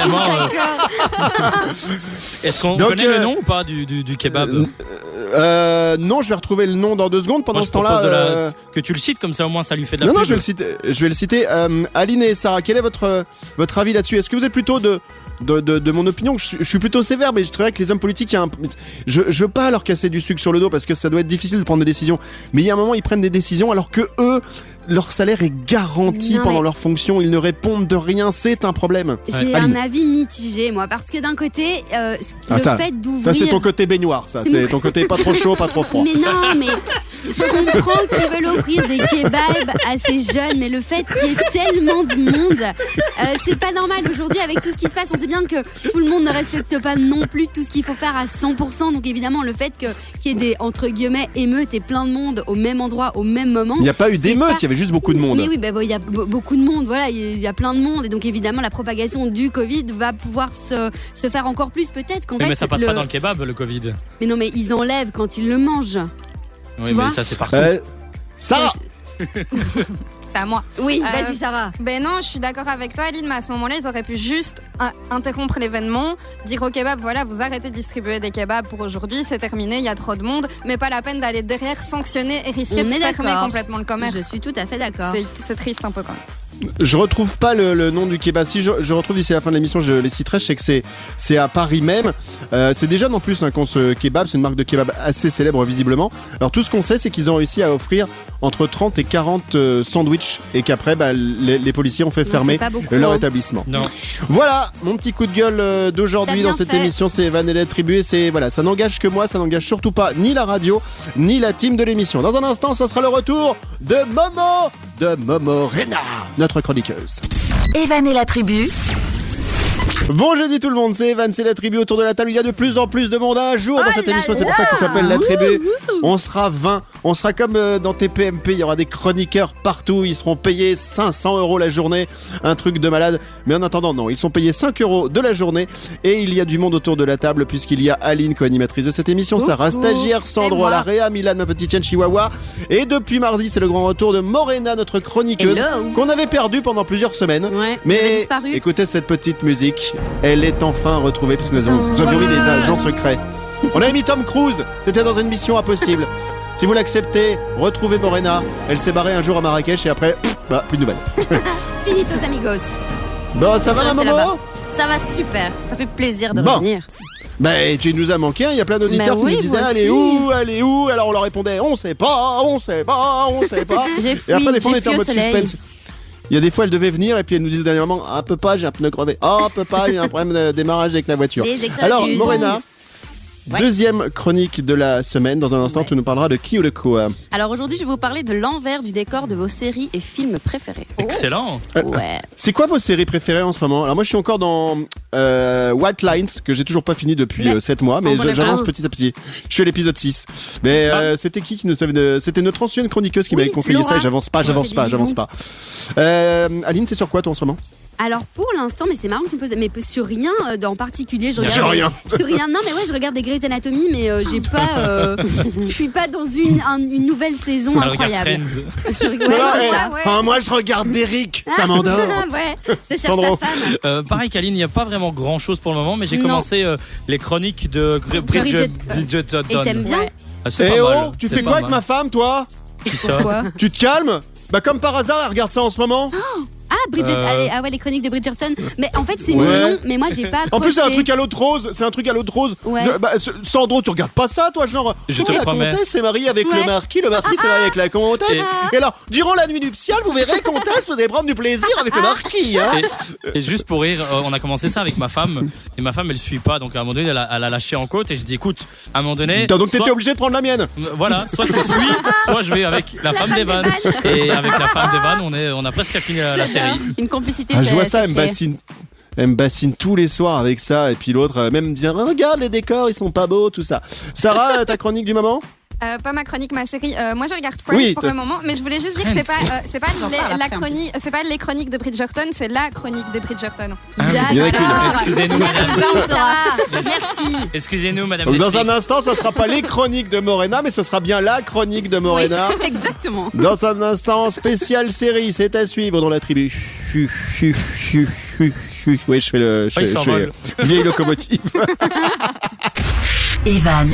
Speaker 3: Vraiment. euh, Est-ce qu'on
Speaker 2: Donc,
Speaker 3: connaît
Speaker 2: euh,
Speaker 3: le nom ou pas du, du- du kebab
Speaker 2: Euh, euh, non, je vais retrouver le nom dans deux secondes. Pendant
Speaker 3: Moi, je
Speaker 2: ce temps-là,
Speaker 3: propose de la-
Speaker 2: euh,
Speaker 3: Que tu le cites comme ça, au moins, ça lui fait de la
Speaker 2: non, non,
Speaker 3: pub.
Speaker 2: je vais le citer. Je vais le citer. Euh, Aline et Sarah, quel est votre euh, votre avis là-dessus Est-ce que vous êtes plutôt de de, de- de mon opinion, je, suis- je suis plutôt sévère, mais je dirais que les hommes politiques, il y a un- je, je veux pas leur casser du sucre sur le dos parce que ça doit être difficile de prendre des décisions. Mais il y a un moment, ils prennent des décisions alors que eux, leur salaire est garanti
Speaker 4: Non,
Speaker 2: pendant
Speaker 4: mais-
Speaker 2: leur fonction. Ils ne répondent de rien. C'est un problème.
Speaker 4: J'ai
Speaker 2: Aline.
Speaker 4: un avis mitigé, moi, parce que d'un côté, euh, c-
Speaker 2: Ah,
Speaker 4: le
Speaker 2: ça-
Speaker 4: fait
Speaker 2: Ça,
Speaker 4: d'ouvrir.
Speaker 2: c'est ton côté baignoire. Ça,
Speaker 4: hein. C'est
Speaker 2: c'est
Speaker 4: mon-
Speaker 2: ton côté pas trop chaud, pas trop froid.
Speaker 4: Mais non, mais je comprends qu'ils veulent offrir des kebabs à ces jeunes, mais le fait qu'il y ait tellement de monde, euh, c'est pas normal. Aujourd'hui, avec tout ce qui se passe, on sait bien que tout le monde ne respecte pas non plus tout ce qu'il faut faire à 100%. Donc évidemment, le fait que- qu'il y ait des, entre guillemets, émeutes et plein de monde au même endroit, au même moment.
Speaker 2: Il n'y a pas eu
Speaker 4: c'est
Speaker 2: d'émeute, il y avait juste beaucoup de monde.
Speaker 4: Mais oui, bah, bon, il y a be- beaucoup de monde, voilà, il y a plein de monde. Et donc, évidemment, la propagation du Covid va pouvoir se, se faire encore plus, peut-être qu'en
Speaker 3: Oui,
Speaker 4: fait.
Speaker 3: mais ça passe
Speaker 4: le-
Speaker 3: pas dans le kebab, le Covid.
Speaker 4: Mais non, mais ils enlèvent quand ils le mangent.
Speaker 3: Oui, mais
Speaker 4: vois
Speaker 3: ça, c'est partout.
Speaker 2: Euh, Sarah
Speaker 5: C'est à moi.
Speaker 4: Oui,
Speaker 5: Euh,
Speaker 4: vas-y, ça va.
Speaker 5: Ben non, je suis d'accord avec toi, Aline, mais à ce moment-là, ils auraient pu juste in- interrompre l'événement, dire au kebab, voilà, vous arrêtez de distribuer des kebabs pour aujourd'hui, c'est terminé, il y a trop de monde, mais pas la peine d'aller derrière sanctionner et risquer
Speaker 4: On
Speaker 5: de
Speaker 4: est
Speaker 5: fermer
Speaker 4: d'accord.
Speaker 5: complètement le commerce.
Speaker 4: Je suis tout à fait d'accord.
Speaker 5: C'est- C'est triste un peu quand même.
Speaker 2: Je retrouve pas le, le nom du kebab. Si je, je retrouve d'ici la fin de l'émission, je les citerai. Je sais que c'est c'est à Paris même. Euh, c'est déjà en plus hein, qu'on se kebab. C'est une marque de kebab assez célèbre visiblement. Alors tout ce qu'on sait, c'est qu'ils ont réussi à offrir entre 30 et 40 euh, sandwichs et qu'après, bah, les, les policiers ont fait
Speaker 4: Non,
Speaker 2: fermer
Speaker 4: c'est pas beaucoup,
Speaker 2: leur
Speaker 4: hein.
Speaker 2: établissement.
Speaker 3: Non.
Speaker 2: Voilà mon petit coup de gueule euh, d'aujourd'hui
Speaker 4: T'as bien
Speaker 2: dans cette
Speaker 4: fait.
Speaker 2: émission. C'est Van et la tribu. et C'est voilà, ça n'engage que moi. Ça n'engage surtout pas ni la radio ni la team de l'émission. Dans un instant, ça sera le retour de Momo de Momo Rena, notre chroniqueuse.
Speaker 1: Evan et la tribu,
Speaker 2: Bon jeudi tout le monde, c'est Evan, c'est la tribu autour de la table. Il y a de plus en plus de monde à un jour
Speaker 4: Oh
Speaker 2: dans cette émission, c'est pour ça que ça s'appelle la tribu. On sera 20, on sera comme euh, dans TPMP, il y aura des chroniqueurs partout, ils seront payés 500 euros la journée, un truc de malade. Mais en attendant, non, ils sont payés 5 euros de la journée et il y a du monde autour de la table puisqu'il y a Aline, co-animatrice de cette émission, Sarah,
Speaker 4: Coucou,
Speaker 2: stagiaire,
Speaker 4: c'est
Speaker 2: Sandro à
Speaker 4: moi.
Speaker 2: la réa, Milan, ma petite chienne chihuahua. Et depuis mardi, c'est le grand retour de Morena, notre chroniqueuse,
Speaker 7: Hello.
Speaker 2: qu'on avait perdue pendant plusieurs semaines.
Speaker 7: Ouais, elle avait
Speaker 2: Mais
Speaker 7: disparu.
Speaker 2: écoutez cette petite musique, elle est enfin retrouvée puisque nous avons, nous avions mis des agents secrets. On a mis Tom Cruise, c'était dans une mission impossible. Si vous l'acceptez, retrouvez Morena. Elle s'est barrée un jour à Marrakech et après, pff, bah, plus de nouvelles.
Speaker 4: Finitos amigos.
Speaker 2: Bon, Bah, ça va la
Speaker 7: restée
Speaker 2: maman
Speaker 7: là-bas. Ça va super, ça fait plaisir de
Speaker 2: Bon.
Speaker 7: revenir.
Speaker 2: Ben, tu nous as manqué, hein, il y a plein d'auditeurs
Speaker 7: Bah
Speaker 2: qui
Speaker 7: oui,
Speaker 2: nous disaient
Speaker 7: moi
Speaker 2: allez
Speaker 7: aussi.
Speaker 2: où, allez où. Alors on leur répondait on sait pas, on sait pas, on sait pas.
Speaker 7: J'ai
Speaker 2: Et après, des
Speaker 7: fui,
Speaker 2: fois, on
Speaker 7: j'ai
Speaker 2: était en
Speaker 7: fui au
Speaker 2: mode
Speaker 7: soleil.
Speaker 2: suspense. Il y a des fois, elle devait venir et puis elle nous disait dernièrement Ah, peut pas, j'ai un pneu crevé. Ah, peut pas, j'ai un problème de démarrage avec la voiture.
Speaker 4: Les excuses.
Speaker 2: Alors, Morena,
Speaker 7: Ouais.
Speaker 2: Deuxième chronique de la semaine. Dans un instant,
Speaker 7: Ouais.
Speaker 2: tu nous parleras de qui ou de quoi.
Speaker 7: Alors aujourd'hui, je vais vous parler de l'envers du décor de vos séries et films préférés. Oh,
Speaker 3: Excellent.
Speaker 4: Oh,
Speaker 2: Ah.
Speaker 7: Ouais.
Speaker 2: C'est quoi vos séries préférées en ce moment Alors moi je suis encore dans euh, White Lines que j'ai toujours pas fini depuis
Speaker 7: Mais-
Speaker 2: 7 mois mais
Speaker 7: Oh, bon,
Speaker 2: je- j'avance
Speaker 7: d'accord.
Speaker 2: petit à petit. Je suis à l'épisode 6. Mais
Speaker 3: Bah.
Speaker 2: euh, c'était qui qui nous avait de- c'était notre ancienne chroniqueuse qui
Speaker 4: Oui,
Speaker 2: m'avait conseillé
Speaker 4: Laura.
Speaker 2: ça et j'avance pas,
Speaker 4: fait
Speaker 2: j'avance
Speaker 4: des
Speaker 2: pas, j'avance
Speaker 4: bisous.
Speaker 2: pas. Euh, Aline, c'est sur quoi toi en ce moment
Speaker 4: Alors pour l'instant, mais c'est marrant que tu me poses, mais sur rien euh, en particulier, je regarde.
Speaker 2: Sur rien.
Speaker 4: Sur rien. Non, mais ouais, je regarde des Grey's Anatomy, mais euh, j'ai pas, euh, je suis pas dans une, un- une nouvelle saison
Speaker 3: Alors, regarde
Speaker 4: incroyable.
Speaker 3: Friends.
Speaker 4: Je rigole,
Speaker 5: Ouais,
Speaker 2: Voilà,
Speaker 5: c'est
Speaker 2: eh,
Speaker 4: ça. Ah,
Speaker 5: ça, ouais.
Speaker 2: Ah, moi je regarde Derrick,
Speaker 3: Ah.
Speaker 2: ça m'endort.
Speaker 4: ouais, je cherche
Speaker 2: Sandro.
Speaker 4: la femme.
Speaker 3: Euh, pareil qu'Aline, il n'y a pas vraiment grand chose pour le moment, mais j'ai
Speaker 4: Non.
Speaker 3: commencé euh, les chroniques de Gr- Bridget,
Speaker 4: Bridget-
Speaker 3: Bridgerton.
Speaker 4: Et t'aimes bien
Speaker 3: Ah, c'est
Speaker 2: Eh
Speaker 3: pas
Speaker 2: oh,
Speaker 3: mal,
Speaker 2: tu
Speaker 3: c'est
Speaker 2: fais
Speaker 3: pas
Speaker 2: quoi avec ma
Speaker 3: mal. hein.
Speaker 2: femme toi
Speaker 3: Qui ça
Speaker 4: Pourquoi
Speaker 2: Tu te calmes Bah comme par hasard, elle regarde ça en ce moment.
Speaker 4: Ah, Bridget,
Speaker 3: Euh.
Speaker 4: allez, ah ouais, les chroniques de Bridgerton. Mais en fait, c'est
Speaker 2: Ouais.
Speaker 4: mignon, mais moi, j'ai pas accroché.
Speaker 2: En plus c'est un truc à l'eau de rose, c'est un truc à l'eau de rose.
Speaker 4: Ouais.
Speaker 2: Je- bah, ce- Sandro, tu regardes pas ça toi genre
Speaker 3: Je te
Speaker 2: la
Speaker 3: promets.
Speaker 2: comtesse s'est mariée avec le
Speaker 4: Ouais.
Speaker 2: marquis, le
Speaker 7: Ah,
Speaker 2: marquis s'est marié avec la comtesse.
Speaker 3: Et-
Speaker 2: Et... alors, durant la nuit nuptiale, vous verrez comtesse, vous allez prendre du plaisir avec
Speaker 7: Ah.
Speaker 2: le marquis. Hein
Speaker 3: Et, et juste pour rire, euh, on a commencé ça avec ma femme. Et ma femme, elle suit pas. Donc à un moment donné, elle a, elle a lâché en côte. Et je dis, écoute, à un moment donné.
Speaker 2: Putain, donc
Speaker 3: soit-
Speaker 2: t'étais obligé de prendre la mienne.
Speaker 3: euh, voilà, soit tu suis, soit je vais avec la, femme des vannes. Et avec la femme des vannes, on, est, on a presque fini la, la
Speaker 7: C'est bien.
Speaker 3: série.
Speaker 7: Une complicité.
Speaker 2: Ah, je vois
Speaker 7: c'est-
Speaker 2: ça,
Speaker 7: c'est
Speaker 2: elle me
Speaker 7: créé.
Speaker 2: bassine. Elle me bassine tous les soirs avec ça, et puis l'autre, euh, même me dire Ah, Regarde les décors, ils sont pas beaux, tout ça. Sarah, euh, ta chronique du moment
Speaker 5: Euh, pas ma chronique, ma série. Euh, moi, je regarde Friends
Speaker 2: Oui,
Speaker 5: pour
Speaker 2: t'as-
Speaker 5: le moment, mais je voulais juste dire que c'est pas, euh, c'est pas
Speaker 7: J'en
Speaker 5: les,
Speaker 7: parle
Speaker 5: la
Speaker 7: après, en
Speaker 5: chronique, c'est pas les chroniques de Bridgerton, c'est la chronique des Bridgerton.
Speaker 2: Il y en a qu'une.
Speaker 4: D'accord.
Speaker 3: Ah, Excusez-nous, madame.
Speaker 4: Merci, Sarah. Merci.
Speaker 3: Excusez-nous, madame.
Speaker 2: Donc, dans
Speaker 3: Netflix.
Speaker 2: un instant, ça sera pas les chroniques de Morena, mais ce sera bien la chronique de
Speaker 7: Oui,
Speaker 2: Morena. Hein,
Speaker 7: Exactement.
Speaker 2: Dans un instant, spécial série, c'est à suivre dans la tribu. Oui, je fais le. Je
Speaker 3: Ah, il
Speaker 2: fais, je
Speaker 3: s'envole.
Speaker 2: fais vieille locomotive.
Speaker 1: Evan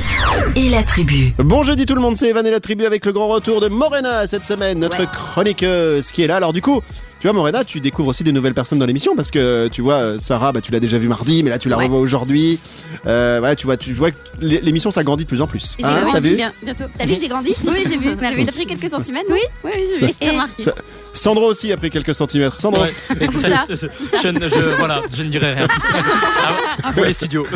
Speaker 1: et la tribu.
Speaker 2: bon jeudi tout le monde, c'est Evan et la tribu avec le grand retour de Morena cette semaine, notre chroniqueuse qui est là. Alors du coup, tu vois Morena, tu découvres aussi des nouvelles personnes dans l'émission parce que tu vois Sarah, bah, tu l'as déjà vue mardi, mais là tu la
Speaker 7: Ouais.
Speaker 2: revois aujourd'hui. Euh, voilà, tu vois, tu vois que l'é- l'émission s'agrandit de plus en plus.
Speaker 4: J'ai
Speaker 2: Hein,
Speaker 4: grandi,
Speaker 2: t'as vu
Speaker 7: Bien, bientôt.
Speaker 4: T'as vu que j'ai grandi
Speaker 7: Oui, j'ai vu. T'as
Speaker 4: Merci.
Speaker 7: vu, t'as pris quelques centimètres
Speaker 4: Oui.
Speaker 7: non Oui, oui, j'ai vu.
Speaker 2: Ça-
Speaker 7: J'ai remarqué.
Speaker 2: ça- Sandro aussi a pris quelques centimètres. Sandro.
Speaker 3: Ouais. Et
Speaker 7: ça.
Speaker 3: ça, je, ne- je- voilà, je ne dirai rien. Ah, pour les studios.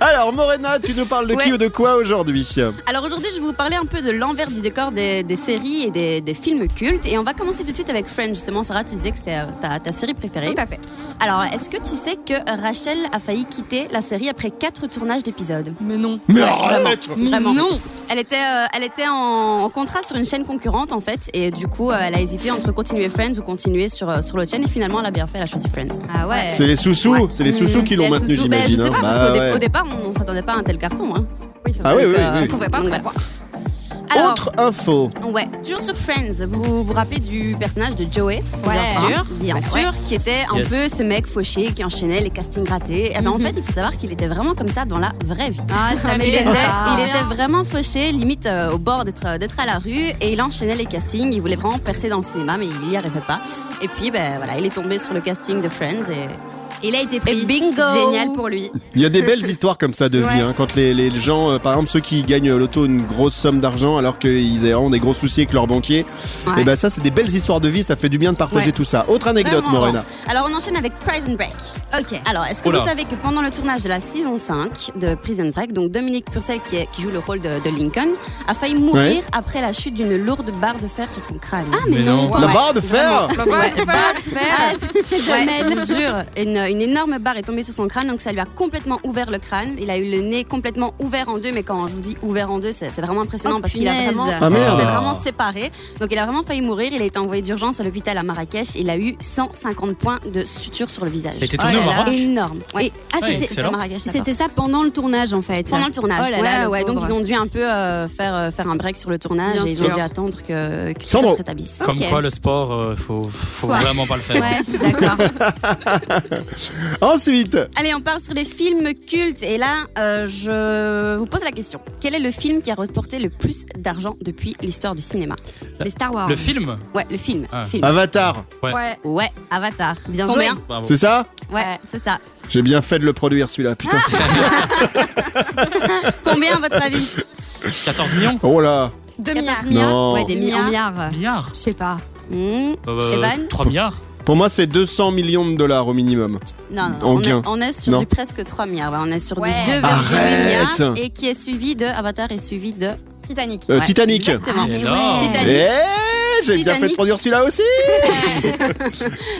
Speaker 2: Alors Morena, tu nous parles de qui
Speaker 7: Ouais.
Speaker 2: ou de quoi aujourd'hui
Speaker 7: Alors aujourd'hui, je vais vous parler un peu de l'envers du décor des, des séries et des, des films cultes. Et on va commencer tout de suite avec Friends. Justement, Sarah, tu disais que c'était euh, ta, ta série préférée.
Speaker 5: Tout à fait.
Speaker 7: Alors, est-ce que tu sais que Rachel a failli quitter la série après quatre tournages d'épisodes
Speaker 5: Mais non.
Speaker 2: Mais
Speaker 7: Ouais,
Speaker 2: arrête
Speaker 7: Vraiment. Non Elle était, euh, elle était en, en contrat sur une chaîne concurrente, en fait. Et du coup, euh, elle a hésité entre continuer Friends ou continuer sur, euh, sur l'autre chaîne. Et finalement, elle a bien fait, elle a choisi Friends.
Speaker 4: Ah ouais.
Speaker 2: C'est les sous-sous, c'est les sous-sous qui
Speaker 7: Et
Speaker 2: l'ont
Speaker 7: elle
Speaker 2: maintenu,
Speaker 7: se sou- ben,
Speaker 2: j'imagine.
Speaker 7: Je sais
Speaker 2: hein.
Speaker 7: pas, parce
Speaker 2: Bah
Speaker 7: qu'au dé-
Speaker 2: ouais.
Speaker 7: au départ, on, ne s'attendait pas à un tel carton. hein.
Speaker 5: Oui, c'est
Speaker 2: Ah oui,
Speaker 7: Donc,
Speaker 2: oui,
Speaker 7: euh,
Speaker 2: oui.
Speaker 5: On pouvait pas
Speaker 7: Donc,
Speaker 5: prévoir.
Speaker 7: Alors,
Speaker 2: Autre info.
Speaker 7: Ouais, toujours sur Friends. Vous vous rappelez du personnage de Joey
Speaker 5: Ouais.
Speaker 7: Bien
Speaker 4: Ah,
Speaker 7: sûr, bien
Speaker 4: bah
Speaker 5: Ouais.
Speaker 7: sûr, qui était un
Speaker 3: Yes.
Speaker 7: peu ce mec fauché qui enchaînait les castings ratés. Et ben, en fait, il faut savoir qu'il était vraiment comme ça dans la vraie vie.
Speaker 4: Mhm. Ah, ça
Speaker 7: Il était,
Speaker 4: m'étonne pas.
Speaker 7: il était vraiment fauché, limite euh, au bord d'être d'être à la rue, et il enchaînait les castings. Il voulait vraiment percer dans le cinéma, mais il n'y arrivait pas. Et puis, ben voilà, il est tombé sur le casting de Friends. Et...
Speaker 4: Il a été pris.
Speaker 7: Et bingo.
Speaker 4: Génial pour lui.
Speaker 2: Il y a des belles histoires comme ça de vie,
Speaker 4: Ouais.
Speaker 2: hein, quand les, les gens, euh, par exemple ceux qui gagnent euh, l'auto une grosse somme d'argent alors qu'ils aient- ont des gros soucis avec leur banquier,
Speaker 4: Ouais.
Speaker 2: et ben ça c'est des belles histoires de vie, ça fait du bien de partager
Speaker 4: Ouais.
Speaker 2: tout ça. Autre anecdote,
Speaker 7: Vraiment.
Speaker 2: Morena.
Speaker 7: Alors, on enchaîne avec Pride and Break.
Speaker 4: Ok.
Speaker 7: Alors, est-ce que
Speaker 3: Oula.
Speaker 7: vous savez que pendant le tournage de la saison 5 de Prison Break, donc Dominique Purcell, qui, est- qui joue le rôle de, de Lincoln, a failli mourir
Speaker 2: Ouais.
Speaker 7: après la chute d'une lourde barre de fer sur son crâne.
Speaker 4: Ah, mais,
Speaker 3: Mais
Speaker 4: non.
Speaker 3: non.
Speaker 2: La
Speaker 7: ouais,
Speaker 2: barre de fer
Speaker 5: Bah, bah, bah,
Speaker 7: barre de
Speaker 4: Ah,
Speaker 7: fer Ouais, je
Speaker 4: Jamel.
Speaker 7: vous jure, une, une énorme barre est tombée sur son crâne, donc ça lui a complètement ouvert le crâne. Il a eu le nez complètement ouvert en deux, mais quand je vous dis ouvert en deux, c'est c'est vraiment impressionnant
Speaker 4: Oh,
Speaker 7: parce qu'il a
Speaker 4: punaise.
Speaker 7: vraiment,
Speaker 2: Ah merde
Speaker 7: il est
Speaker 3: Ah.
Speaker 7: vraiment séparé. Donc il a vraiment failli mourir. Il a été envoyé d'urgence à l'hôpital à Marrakech. Il a eu 150 points de suture sur le visage.
Speaker 3: Ça a été
Speaker 4: Oh
Speaker 3: tourné
Speaker 4: là
Speaker 3: au
Speaker 4: là.
Speaker 2: hein.
Speaker 3: Maroc
Speaker 7: Énorme. Ouais.
Speaker 4: Et- ah,
Speaker 7: Ah,
Speaker 3: Ouais,
Speaker 7: c'était
Speaker 4: c'était.
Speaker 3: excellent.
Speaker 7: c'était à Marrakech. d'accord.
Speaker 4: C'était ça pendant le tournage en fait.
Speaker 7: Pendant le tournage.
Speaker 4: Oh là là,
Speaker 7: ouais,
Speaker 4: le
Speaker 7: ouais, donc
Speaker 4: pauvre.
Speaker 7: ils ont dû un peu euh, faire, euh, faire un break sur le tournage
Speaker 4: Bien
Speaker 7: et ils
Speaker 4: sûr.
Speaker 7: ont dû attendre que, que ça
Speaker 2: Sandro.
Speaker 7: se rétablisse.
Speaker 3: Comme
Speaker 4: Ok.
Speaker 3: quoi, le sport, euh, faut, faut
Speaker 4: Quoi
Speaker 3: vraiment pas le faire.
Speaker 4: Ouais, je suis d'accord.
Speaker 2: Ensuite,
Speaker 7: Allez, on parle sur les films cultes. Et là, euh, je vous pose la question. Quel est le film qui a reporté le plus d'argent depuis l'histoire du cinéma
Speaker 4: Les Star Wars.
Speaker 3: Le film
Speaker 7: Ouais, le film.
Speaker 3: Ah.
Speaker 7: film.
Speaker 2: Avatar,
Speaker 3: Ouais.
Speaker 5: Ouais.
Speaker 7: Ouais, Avatar.
Speaker 4: Bien
Speaker 7: Combien
Speaker 4: joué.
Speaker 3: Bravo.
Speaker 2: c'est ça
Speaker 7: Ouais, c'est ça.
Speaker 2: J'ai bien fait de le produire celui-là, putain.
Speaker 7: Ah. Combien à votre avis
Speaker 3: 14 millions
Speaker 2: Oh là
Speaker 5: 2 milliards.
Speaker 7: milliards
Speaker 2: Non
Speaker 4: Ouais, des mi- en milliards.
Speaker 3: Milliards
Speaker 4: Je sais pas.
Speaker 7: Mmh.
Speaker 3: Euh,
Speaker 7: Evan
Speaker 3: 3 milliards
Speaker 2: Pour moi, c'est 200 millions de dollars au minimum.
Speaker 7: Non, non,
Speaker 2: En
Speaker 7: on, est,
Speaker 2: gain.
Speaker 7: on est sur
Speaker 2: Non.
Speaker 7: du presque 3 milliards. ouais, on est sur
Speaker 5: Ouais.
Speaker 7: du 2,8
Speaker 2: Arrête
Speaker 7: milliards. Et qui est suivi de. Avatar est suivi de.
Speaker 5: Titanic.
Speaker 2: Euh,
Speaker 7: Ouais,
Speaker 2: Titanic
Speaker 7: Exactement.
Speaker 3: Ah, mais ouais.
Speaker 7: Titanic.
Speaker 2: Eh J'ai bien
Speaker 7: Titanic.
Speaker 2: fait de produire celui-là aussi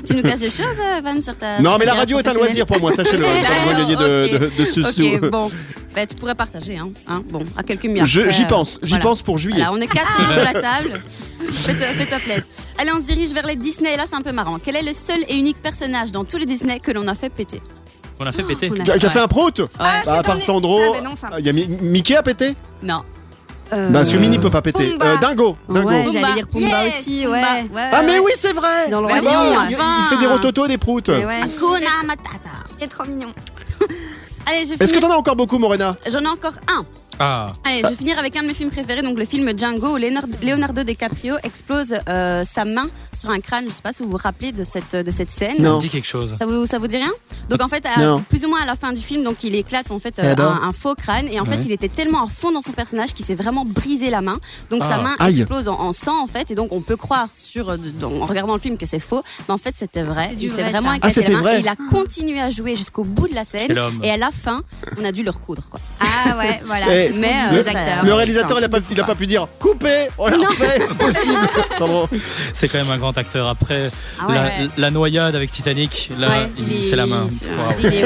Speaker 7: Tu nous caches des choses, Evan, sur ta.
Speaker 2: Non,
Speaker 7: sur
Speaker 2: mais
Speaker 7: ta
Speaker 2: la radio est un
Speaker 7: professionnelle.
Speaker 2: loisir pour moi, sachez-le. J'ai pas besoin de gagner de, de, de ce sou.
Speaker 7: Ok, bon. Bah, tu pourrais partager, hein, hein, bon, à quelques milliards.
Speaker 2: Je-
Speaker 7: près,
Speaker 2: J'y
Speaker 7: euh,
Speaker 2: pense, j'y
Speaker 7: voilà.
Speaker 2: pense pour juillet.
Speaker 7: Voilà, on est quatre autour de la table. Fais-toi fais-toi plaisir. Allez, on se dirige vers les Disney. Là, c'est un peu marrant. Quel est le seul et unique personnage dans tous les Disney que l'on a fait péter
Speaker 3: On
Speaker 7: Ah,
Speaker 3: a fait péter.
Speaker 4: on
Speaker 2: Qui
Speaker 4: a-
Speaker 2: a qui a
Speaker 7: Ouais.
Speaker 2: fait un prout
Speaker 5: Ah,
Speaker 2: Bah,
Speaker 5: c'est
Speaker 2: à part
Speaker 5: dans les-
Speaker 2: Sandro,
Speaker 5: Ah, mais non, ça.
Speaker 2: il y a Mi- Mickey à péter
Speaker 7: Non.
Speaker 4: Euh,
Speaker 2: Bah, parce que Mini peut pas péter.
Speaker 5: Pumba.
Speaker 2: Euh, dingo, dingo.
Speaker 4: Ouais,
Speaker 7: Pumba.
Speaker 4: j'allais dire Pumba
Speaker 7: Yes,
Speaker 4: aussi,
Speaker 7: Pumba.
Speaker 4: ouais.
Speaker 2: Ah mais oui, c'est vrai.
Speaker 4: Dans le
Speaker 2: Ah
Speaker 4: royaume,
Speaker 2: bah, il,
Speaker 7: enfin.
Speaker 2: il fait des rototos, des proutes.
Speaker 4: Mais ouais.
Speaker 7: Hakuna Matata.
Speaker 5: Il est trop mignon.
Speaker 7: Allez, je
Speaker 2: Est-ce que
Speaker 7: finis-
Speaker 2: t'en as encore beaucoup, Morena
Speaker 7: J'en ai encore un.
Speaker 3: Ah,
Speaker 7: Allez, je vais finir avec un de mes films préférés, donc le film Django, où Leonardo, Leonardo DiCaprio explose euh, sa main sur un crâne. Je sais pas si vous vous rappelez de cette, de cette scène.
Speaker 3: ça
Speaker 2: Non.
Speaker 3: me dit quelque chose.
Speaker 7: Ça vous, ça vous dit rien Donc en fait, à-
Speaker 2: Non.
Speaker 7: plus ou moins à la fin du film, donc il éclate en fait euh,
Speaker 2: Eh ben.
Speaker 7: un, un faux crâne et en
Speaker 3: Ouais.
Speaker 7: fait il était tellement à fond dans son personnage qu'il s'est vraiment brisé la main. Donc sa
Speaker 3: Ah,
Speaker 7: main
Speaker 2: aïe.
Speaker 7: explose en, en sang en fait et donc on peut croire sur euh, de- dans- en regardant le film que c'est faux, mais en fait c'était vrai.
Speaker 4: C'est du
Speaker 7: Il s'est
Speaker 4: vrai,
Speaker 7: vraiment
Speaker 4: ça.
Speaker 7: éclaté
Speaker 2: Ah, c'était
Speaker 7: la main
Speaker 2: vrai.
Speaker 7: et il a continué à jouer jusqu'au bout de la
Speaker 3: Quel
Speaker 7: scène.
Speaker 3: homme.
Speaker 7: Et à la fin, on a dû le recoudre quoi.
Speaker 4: Ah ouais, voilà.
Speaker 2: Eh,
Speaker 4: c'est ce
Speaker 7: mais,
Speaker 4: qu'on dit,
Speaker 7: euh,
Speaker 4: les
Speaker 7: ça-
Speaker 4: acteurs.
Speaker 2: Le
Speaker 7: ouais,
Speaker 2: réalisateur,
Speaker 7: c'est
Speaker 2: il a pas, il a pas pu dire couper. On l'a fait, possible. Sandro.
Speaker 3: C'est quand même un grand acteur. Après
Speaker 7: Ah ouais.
Speaker 3: la,
Speaker 5: Ouais.
Speaker 3: la noyade avec Titanic, là,
Speaker 7: Ouais,
Speaker 3: il-
Speaker 7: il est-
Speaker 3: c'est la main.
Speaker 7: il-
Speaker 3: Waouh.
Speaker 4: Il est ouf.
Speaker 7: Il est,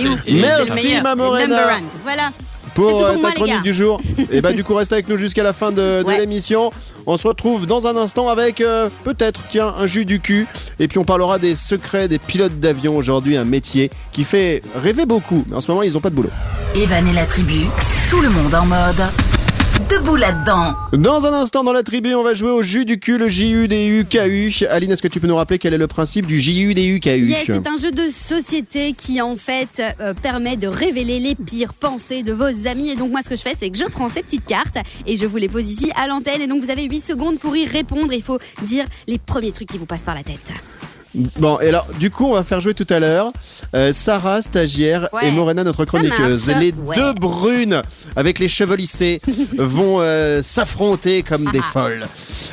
Speaker 7: il est ouf.
Speaker 3: Il est-
Speaker 7: c'est
Speaker 2: Merci,
Speaker 7: le meilleur.
Speaker 2: ma Morena.
Speaker 7: Number one. Voilà.
Speaker 2: pour,
Speaker 7: C'est tout pour
Speaker 2: euh, ta
Speaker 7: moi, les
Speaker 2: chronique
Speaker 7: gars.
Speaker 2: du jour. Et bah du coup reste avec nous jusqu'à la fin de, de
Speaker 7: Ouais.
Speaker 2: l'émission. On se retrouve dans un instant avec euh, peut-être tiens un jus du cul. Et puis on parlera des secrets des pilotes d'avion aujourd'hui, un métier qui fait rêver beaucoup. Mais en ce moment ils ont pas de boulot.
Speaker 1: Evan et la tribu, tout le monde en mode. Debout là-dedans.
Speaker 2: Dans un instant dans la tribu on va jouer au jus du cul, le J-U-D-U-K-U. Aline est-ce que tu peux nous rappeler quel est le principe du J-U-D-U-K-U
Speaker 4: Yes, c'est un jeu de société qui en fait euh, permet de révéler les pires pensées de vos amis. Et donc moi ce que je fais c'est que je prends ces petites cartes et je vous les pose ici à l'antenne. Et donc vous avez 8 secondes pour y répondre. Il faut dire les premiers trucs qui vous passent par la tête.
Speaker 2: Bon et alors du coup on va faire jouer tout à l'heure euh, Sarah stagiaire
Speaker 5: Ouais,
Speaker 2: et Morena notre chroniqueuse.
Speaker 4: marche.
Speaker 2: Les
Speaker 4: Ouais.
Speaker 2: deux brunes avec les cheveux lissés vont euh, s'affronter comme
Speaker 4: Ah,
Speaker 2: des folles.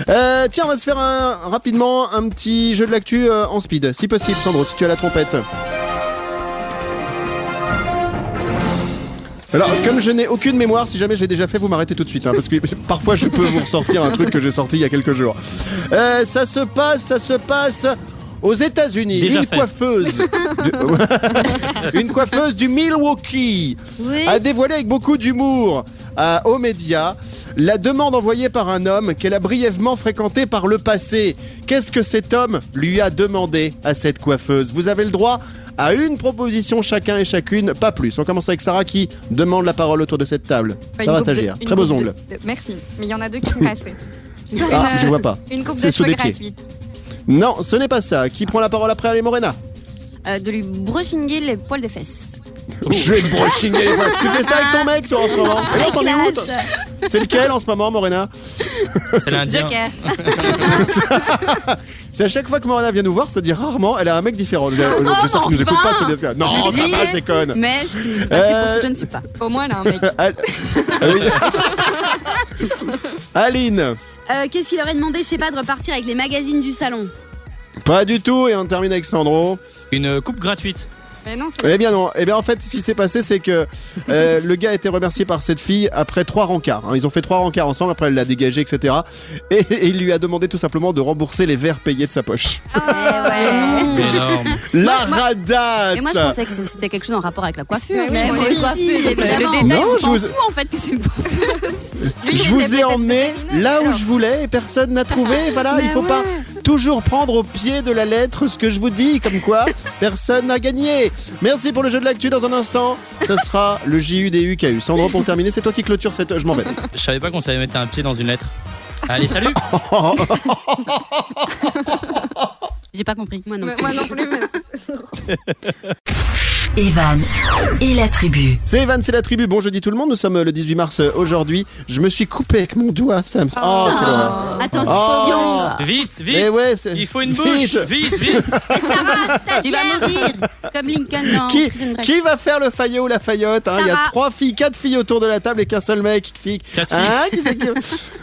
Speaker 2: Euh, tiens on va se faire un- rapidement un petit jeu de l'actu euh, en speed si possible Sandro si tu as la trompette. Alors, comme je n'ai aucune mémoire, si jamais je l'ai déjà fait, vous m'arrêtez tout de suite, hein, parce que parfois je peux vous ressortir un truc que j'ai sorti il y a quelques jours. Euh, ça se passe, ça se passe aux États-Unis.
Speaker 3: Déjà
Speaker 2: Une
Speaker 3: fait.
Speaker 2: coiffeuse, du- une coiffeuse du Milwaukee
Speaker 4: Oui.
Speaker 2: a dévoilé avec beaucoup d'humour à aux médias la demande envoyée par un homme qu'elle a brièvement fréquenté par le passé. Qu'est-ce que cet homme lui a demandé à cette coiffeuse Vous avez le droit à une proposition chacun et chacune, pas plus. On commence avec Sarah qui demande la parole autour de cette table.
Speaker 5: Enfin, une
Speaker 2: Sarah
Speaker 5: coupe de-
Speaker 2: Stagiaire,
Speaker 5: une
Speaker 2: très beaux
Speaker 5: coupe de-
Speaker 2: ongles.
Speaker 5: de- Merci, mais il y en a deux qui sont passés.
Speaker 2: Ah,
Speaker 5: Une, euh,
Speaker 2: je vois pas.
Speaker 5: Une coupe
Speaker 2: C'est
Speaker 5: de
Speaker 2: sous
Speaker 5: cheveux
Speaker 2: des pieds.
Speaker 5: gratuite.
Speaker 2: Non, ce n'est pas ça. Qui prend la parole après Allez, Morena.
Speaker 7: Euh, de lui brochinger les poils de fesses.
Speaker 2: Je vais te brochinger les voix. Tu fais ça avec ton mec, toi, en ce moment.
Speaker 4: Très
Speaker 2: Non, t'en es où, toi
Speaker 4: classe.
Speaker 2: C'est lequel en ce moment, Morena
Speaker 3: C'est l'Indien.
Speaker 7: Joker.
Speaker 2: C'est à chaque fois que Morena vient nous voir, c'est-à-dire rarement, elle a un mec différent.
Speaker 7: Oh,
Speaker 2: J'espère qu'il nous écoute pas, ce lien de cas. Non, oh,
Speaker 7: Mais
Speaker 2: ça va,
Speaker 7: dis-
Speaker 2: je déconne. Euh,
Speaker 7: Mais tu me passes Bah, pour ce que je ne suis pas.
Speaker 5: Au moins, là, un mec.
Speaker 2: Al- Aline. Aline,
Speaker 4: Euh, Qu'est-ce qu'il aurait demandé, je sais pas, de repartir avec les magazines du salon
Speaker 2: pas du tout, et on termine avec Sandro.
Speaker 3: Une coupe gratuite.
Speaker 5: Mais non, c'est
Speaker 2: Eh bien non, eh bien en fait, ce qui s'est passé, c'est que euh, le gars a été remercié par cette fille après trois rencarts. hein. Ils ont fait trois rencarts ensemble, après elle l'a dégagé, etc. Et, et il lui a demandé tout simplement de rembourser les verres payés de sa poche.
Speaker 5: Eh
Speaker 7: Mm.
Speaker 3: Mais énorme.
Speaker 2: La
Speaker 7: moi-
Speaker 2: radasse
Speaker 7: Et moi, je pensais que c'était quelque chose en rapport avec la coiffure.
Speaker 5: Mais oui, Mais moi
Speaker 7: Les
Speaker 5: aussi,
Speaker 7: coiffures,
Speaker 5: évidemment.
Speaker 7: le détail,
Speaker 2: Non,
Speaker 7: on
Speaker 2: je
Speaker 7: s'en
Speaker 2: vous-
Speaker 7: fout, en fait que c'est une coiffure.
Speaker 2: je
Speaker 5: Lui, il était
Speaker 2: vous ai
Speaker 5: peut-être
Speaker 2: emmené
Speaker 5: Sabrina,
Speaker 2: là où
Speaker 5: alors.
Speaker 2: je voulais et personne n'a trouvé. Voilà, il faut pas toujours prendre au pied de la lettre ce que je vous dis, comme quoi personne n'a gagné. Merci pour le jeu de l'actu dans un instant. Ce sera le JUDUKU. Sandro, pour terminer, c'est toi qui clôture cette. Je m'en vais.
Speaker 3: Je savais pas qu'on savait mettre un pied dans une lettre. Allez, salut
Speaker 7: J'ai pas compris.
Speaker 4: Moi non.
Speaker 5: Mais Moi non plus, mais
Speaker 1: Evan et la tribu.
Speaker 2: C'est Evan, c'est la tribu. Bon jeudi tout le monde, nous sommes le 18 mars euh, aujourd'hui. Je me suis coupé avec mon doigt, Sam. Oh, quelle horreur.
Speaker 4: Attention,
Speaker 2: Oh.
Speaker 3: Ah. Vite,
Speaker 2: Eh
Speaker 3: vite
Speaker 2: ouais, c'est-
Speaker 3: Il faut une bouche
Speaker 2: Vite.
Speaker 3: Vite, vite
Speaker 7: Tu vas mourir comme Lincoln dans
Speaker 2: Qui,
Speaker 7: Prison Break.
Speaker 2: qui va faire le faillot ou la faillotte hein Il y a
Speaker 4: Sarah.
Speaker 2: trois filles, quatre filles autour de la table et qu'un seul mec. Qui,
Speaker 3: Quatre
Speaker 2: Hein Qui c'est qui-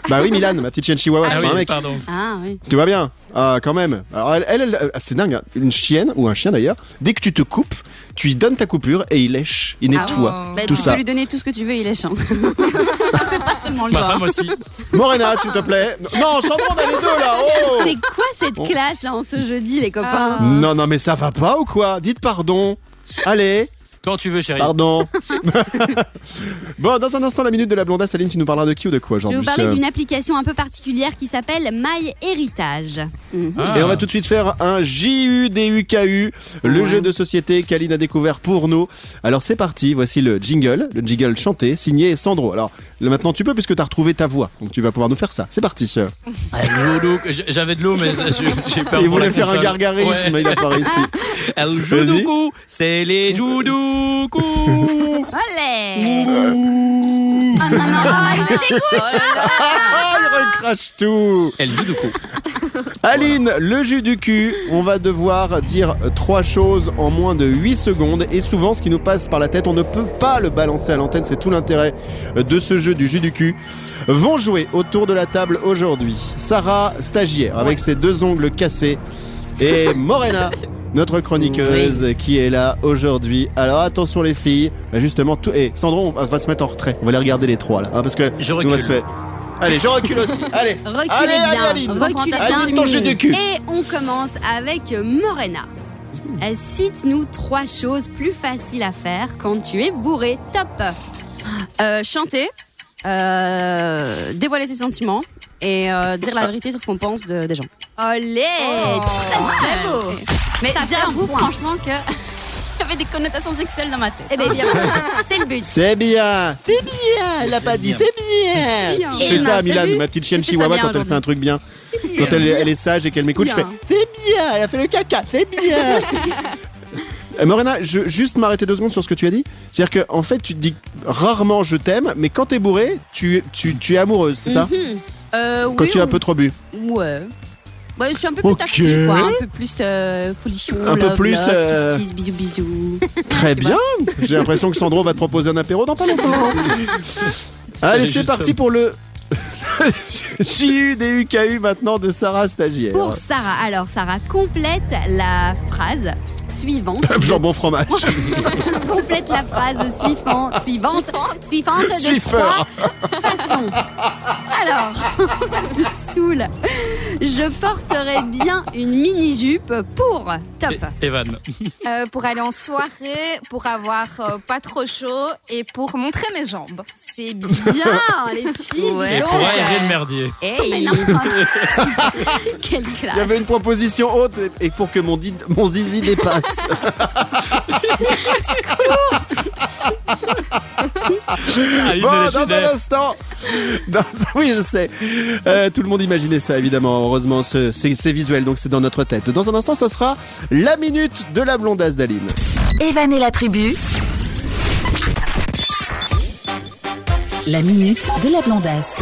Speaker 2: bah oui, Milan, ma petite chienne chihuahua,
Speaker 3: Ah
Speaker 2: c'est
Speaker 3: oui,
Speaker 2: pas un mec.
Speaker 3: pardon.
Speaker 7: Ah oui.
Speaker 2: Tout va bien Ah, quand même. Alors, elle, elle, elle- c'est dingue. hein. Une chienne, ou un chien d'ailleurs, dès que tu te coupes, tu lui donnes ta coupure et il lèche, il
Speaker 4: Ah
Speaker 2: nettoie.
Speaker 7: Bah,
Speaker 2: Tout
Speaker 7: tu
Speaker 2: ça.
Speaker 7: peux lui donner tout ce que tu veux, il est chiant. c'est pas seulement le
Speaker 3: Ma
Speaker 7: doigt.
Speaker 3: femme aussi.
Speaker 2: Morena, s'il te plaît. Non, sans on a les deux là. oh
Speaker 4: C'est quoi cette
Speaker 2: Bon.
Speaker 4: classe là en ce jeudi, les copains
Speaker 2: non, non, mais ça va pas ou quoi Dites pardon. Allez,
Speaker 3: Quand tu veux, chérie.
Speaker 2: pardon. bon, dans un instant, la minute de la blondasse, Aline, tu nous parleras de qui ou de quoi euh,
Speaker 4: Je vais
Speaker 2: aujourd'hui
Speaker 4: vous parler d'une application un peu particulière qui s'appelle My Héritage.
Speaker 3: Ah.
Speaker 2: Et on va tout de suite faire un JUDUKU, le jeu de société qu'Aline a découvert pour nous. Alors c'est parti, voici le jingle, le jingle chanté, signé Sandro. Alors là, maintenant tu peux puisque t'as retrouvé ta voix, donc tu vas pouvoir nous faire ça. C'est parti.
Speaker 3: Elle joue, j- J'avais de l'eau, mais j'ai j'ai peur.
Speaker 2: Il
Speaker 3: pour la
Speaker 2: voulait faire un
Speaker 3: console.
Speaker 2: gargarisme,
Speaker 3: Ouais.
Speaker 2: mais il a pas réussi.
Speaker 3: El Joudoukou, c'est les Joudoukou.
Speaker 4: Allez
Speaker 2: Ah, il recrache tout
Speaker 3: El Joudoukou.
Speaker 2: Aline, le jus du cul, on va devoir dire trois choses en moins de 8 secondes et souvent ce qui nous passe par la tête, on ne peut pas le balancer à l'antenne, c'est tout l'intérêt de ce jeu du jus du cul. Vont jouer autour de la table aujourd'hui Sarah, stagiaire avec ses deux ongles cassés et Morena, notre chroniqueuse qui est là aujourd'hui. Alors attention les filles, Bah, justement tout et Sandro on va se mettre en retrait. On va les regarder les trois là hein, parce que
Speaker 3: Je
Speaker 2: nous, on va
Speaker 3: recule.
Speaker 2: se faire- Allez, je recule aussi. Allez.
Speaker 4: Reculez
Speaker 2: allez,
Speaker 4: bien,
Speaker 2: allez, Aline.
Speaker 4: reculez
Speaker 7: Allez,
Speaker 4: bien.
Speaker 2: Aline, ton jus du cul.
Speaker 4: Et on commence avec Morena. Euh, Cite-nous trois choses plus faciles à faire quand tu es bourré. Top
Speaker 7: Euh, chanter, euh, dévoiler ses sentiments et euh, dire la vérité sur ce qu'on pense de- des gens.
Speaker 4: Olé Très très beau
Speaker 7: Mais
Speaker 4: Ça fait un
Speaker 7: j'avoue
Speaker 4: point.
Speaker 7: franchement que il y avait des connotations sexuelles dans ma tête.
Speaker 4: Eh bien, bien, c'est le but.
Speaker 2: C'est bien C'est bien Elle a pas dit, c'est bien
Speaker 7: bien.
Speaker 2: Je fais ça à
Speaker 7: T'as
Speaker 2: Milan,
Speaker 7: vu
Speaker 2: ma petite chienne
Speaker 7: J'ai fait ça
Speaker 2: chihuahua,
Speaker 7: bien
Speaker 2: quand elle fait un truc bien. Quand elle, elle est sage et qu'elle m'écoute, je fais
Speaker 7: bien.
Speaker 2: C'est bien Elle a fait le caca, c'est bien Euh, Morena, je veux juste m'arrêter deux secondes sur ce que tu as dit. C'est-à-dire qu'en en fait, tu te dis rarement je t'aime, mais quand t'es bourré, tu, tu, tu es amoureuse, c'est ça
Speaker 7: Euh,
Speaker 2: Quand
Speaker 7: oui,
Speaker 2: tu as un
Speaker 7: on-
Speaker 2: peu trop bu.
Speaker 7: Ouais. Ouais, je suis un peu plus
Speaker 2: Ok.
Speaker 7: tactile, quoi. Un peu plus euh, folichon.
Speaker 2: Un peu
Speaker 7: love,
Speaker 2: plus,
Speaker 7: love,
Speaker 2: euh,
Speaker 7: kiss, kiss, bisous, bisous.
Speaker 2: Très bien J'ai l'impression que Sandro va te proposer un apéro dans pas longtemps.
Speaker 3: Salut,
Speaker 2: Allez, c'est
Speaker 3: juste
Speaker 2: parti
Speaker 3: Sam.
Speaker 2: pour le. JUDUKU maintenant de Sarah Stagiaire.
Speaker 4: Pour Sarah, alors Sarah complète la phrase suivante.
Speaker 2: Euh, Jambon fromage.
Speaker 4: complète la phrase suivante, suivante, suivante de
Speaker 2: Suiveur.
Speaker 4: trois façons. Alors, Soul, je porterai bien une mini-jupe pour top.
Speaker 3: Et- Evan.
Speaker 5: Euh, pour aller en soirée, pour avoir euh, pas trop chaud et pour montrer mes jambes.
Speaker 4: C'est Eh bien, les filles. dis
Speaker 7: Ouais.
Speaker 3: Et
Speaker 4: donc.
Speaker 3: pour
Speaker 4: euh,
Speaker 3: aérer le merdier.
Speaker 4: Mais
Speaker 7: Hey.
Speaker 4: non. Quelle classe.
Speaker 2: Il y avait une proposition haute et et pour que mon, did- mon zizi dépasse.
Speaker 3: Aline
Speaker 2: Bon,
Speaker 3: et les
Speaker 2: dans
Speaker 3: Judais.
Speaker 2: un instant. Dans- oui, je sais. Euh, tout le monde imaginait ça, évidemment. Heureusement, ce- c'est c'est visuel, donc c'est dans notre tête. Dans un instant, ce sera la minute de la blondasse d'Aline.
Speaker 1: Evan et la tribu. La minute de la blondasse.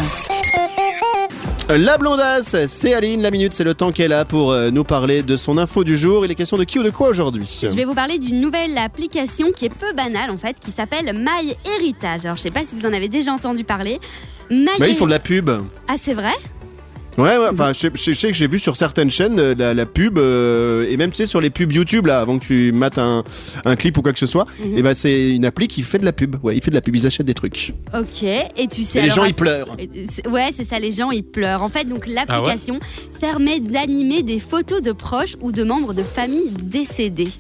Speaker 2: Euh, La blondasse, c'est Aline. La minute, c'est le temps qu'elle a pour euh, nous parler de son info du jour. Il est question de qui ou de quoi aujourd'hui Bah,
Speaker 4: Je vais vous parler d'une nouvelle application qui est peu banale en fait, qui s'appelle My Héritage. Alors je sais pas si vous en avez déjà entendu parler. My
Speaker 2: Bah, ils font
Speaker 4: Heri-
Speaker 2: de la pub.
Speaker 4: Ah c'est vrai
Speaker 2: Ouais, ouais, enfin, je, sais- je sais que j'ai vu sur certaines chaînes euh, la, la pub, euh, et même, tu sais, sur les pubs YouTube, là, avant que tu mates un, un clip ou quoi que ce soit,
Speaker 4: Mhm.
Speaker 2: et ben c'est une appli qui fait de la pub. Ouais, il fait de la pub, ils achètent des trucs.
Speaker 4: Ok. Et tu sais
Speaker 2: Et les
Speaker 4: alors,
Speaker 2: gens,
Speaker 4: à-
Speaker 2: ils pleurent.
Speaker 4: Euh, c'est- Ouais, c'est ça, les gens ils pleurent. En fait, donc l'application permet d'animer des photos de proches ou de membres de famille décédés.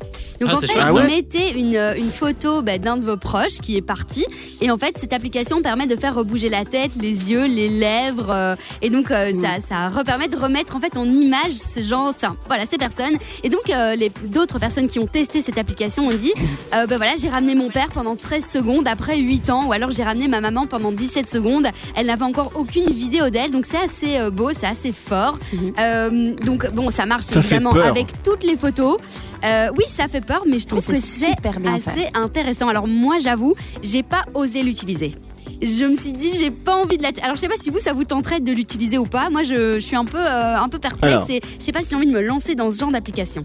Speaker 4: Donc
Speaker 3: Ah,
Speaker 4: en
Speaker 3: c'est
Speaker 4: fait,
Speaker 3: chouette,
Speaker 4: vous
Speaker 2: ça.
Speaker 4: mettez une, euh, une photo bah, d'un de vos proches qui est parti, et en fait, cette application permet de faire rebouger la tête, les yeux, les lèvres, euh, et donc euh, ça, ça repermet de remettre en fait en image ces gens, ça, voilà, ces personnes. Et donc euh, les d'autres personnes qui ont testé cette application ont dit, euh, bah voilà, j'ai ramené mon père pendant 13 secondes après 8 ans, ou alors j'ai ramené ma maman pendant 17 secondes. Elle n'avait encore aucune vidéo d'elle, donc c'est assez euh, beau, c'est assez fort. Euh, donc bon, ça marche
Speaker 2: Ça fait
Speaker 4: évidemment
Speaker 2: peur.
Speaker 4: avec toutes les photos. Euh, oui, ça fait peur, mais je trouve
Speaker 7: Mais
Speaker 4: que
Speaker 7: c'est
Speaker 4: c'est
Speaker 7: super bien
Speaker 4: assez intéressant. Alors moi, j'avoue, j'ai pas osé l'utiliser. je me suis dit, j'ai pas envie de la. Alors, je sais pas si vous, ça vous tenterait de l'utiliser ou pas. Moi, je, je suis un peu, euh, un peu perplexe
Speaker 2: Alors.
Speaker 4: et je sais pas si j'ai envie de me lancer dans ce genre d'application.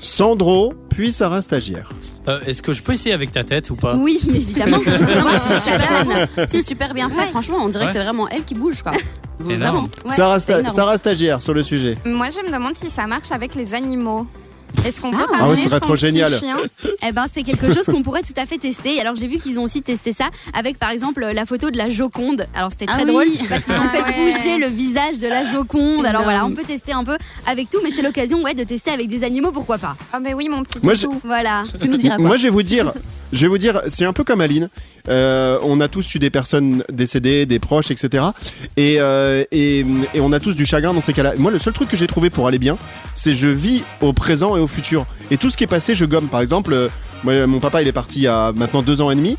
Speaker 2: Sandro, puis Sarah Stagiaire.
Speaker 3: Euh, Est-ce que je peux essayer avec ta tête ou
Speaker 2: Ah.
Speaker 3: pas
Speaker 4: Oui, mais évidemment.
Speaker 7: Non, mais
Speaker 4: Vraiment,
Speaker 7: c'est
Speaker 4: c'est ça
Speaker 7: super
Speaker 4: donne.
Speaker 7: bien. C'est super bien fait,
Speaker 4: Ouais.
Speaker 7: franchement, on dirait
Speaker 3: Ouais.
Speaker 7: que c'est vraiment elle qui bouge quoi.
Speaker 3: Énorme.
Speaker 7: Vraiment.
Speaker 4: Ouais,
Speaker 2: Sarah,
Speaker 7: c'est
Speaker 2: Sta-
Speaker 7: énorme.
Speaker 2: Sarah Stagiaire sur le sujet.
Speaker 5: Moi, je me demande si ça marche avec les animaux. Est-ce qu'on peut
Speaker 7: Ah ouais,
Speaker 5: ramener
Speaker 2: ce serait
Speaker 5: son
Speaker 2: trop
Speaker 5: petit
Speaker 2: génial.
Speaker 5: chien
Speaker 4: Eh ben, c'est quelque chose qu'on pourrait tout à fait tester. Alors, j'ai vu qu'ils ont aussi testé ça avec, par exemple, la photo de la Joconde. Alors, c'était
Speaker 7: Ah
Speaker 4: très
Speaker 7: oui.
Speaker 4: drôle parce qu'ils ont
Speaker 5: Ah
Speaker 4: fait
Speaker 5: ouais.
Speaker 4: bouger le visage de la Joconde. Alors,
Speaker 7: Énorme.
Speaker 4: voilà, on peut tester un peu avec tout, mais c'est l'occasion, ouais, de tester avec des animaux, pourquoi pas.
Speaker 5: Ah, mais oui, mon petit
Speaker 2: Moi,
Speaker 5: toutou.
Speaker 4: Voilà.
Speaker 7: Tu nous diras quoi
Speaker 2: Moi, je vais vous dire, je vais vous dire, c'est un peu comme Aline. Euh, on a tous eu des personnes décédées, des proches, etc. Et, euh, et, et on a tous du chagrin dans ces cas-là. Moi, le seul truc que j'ai trouvé pour aller bien, c'est je vis au présent et au futur. Et tout ce qui est passé, je gomme. Par exemple, euh, moi, mon papa, il est parti il y a maintenant deux ans et demi.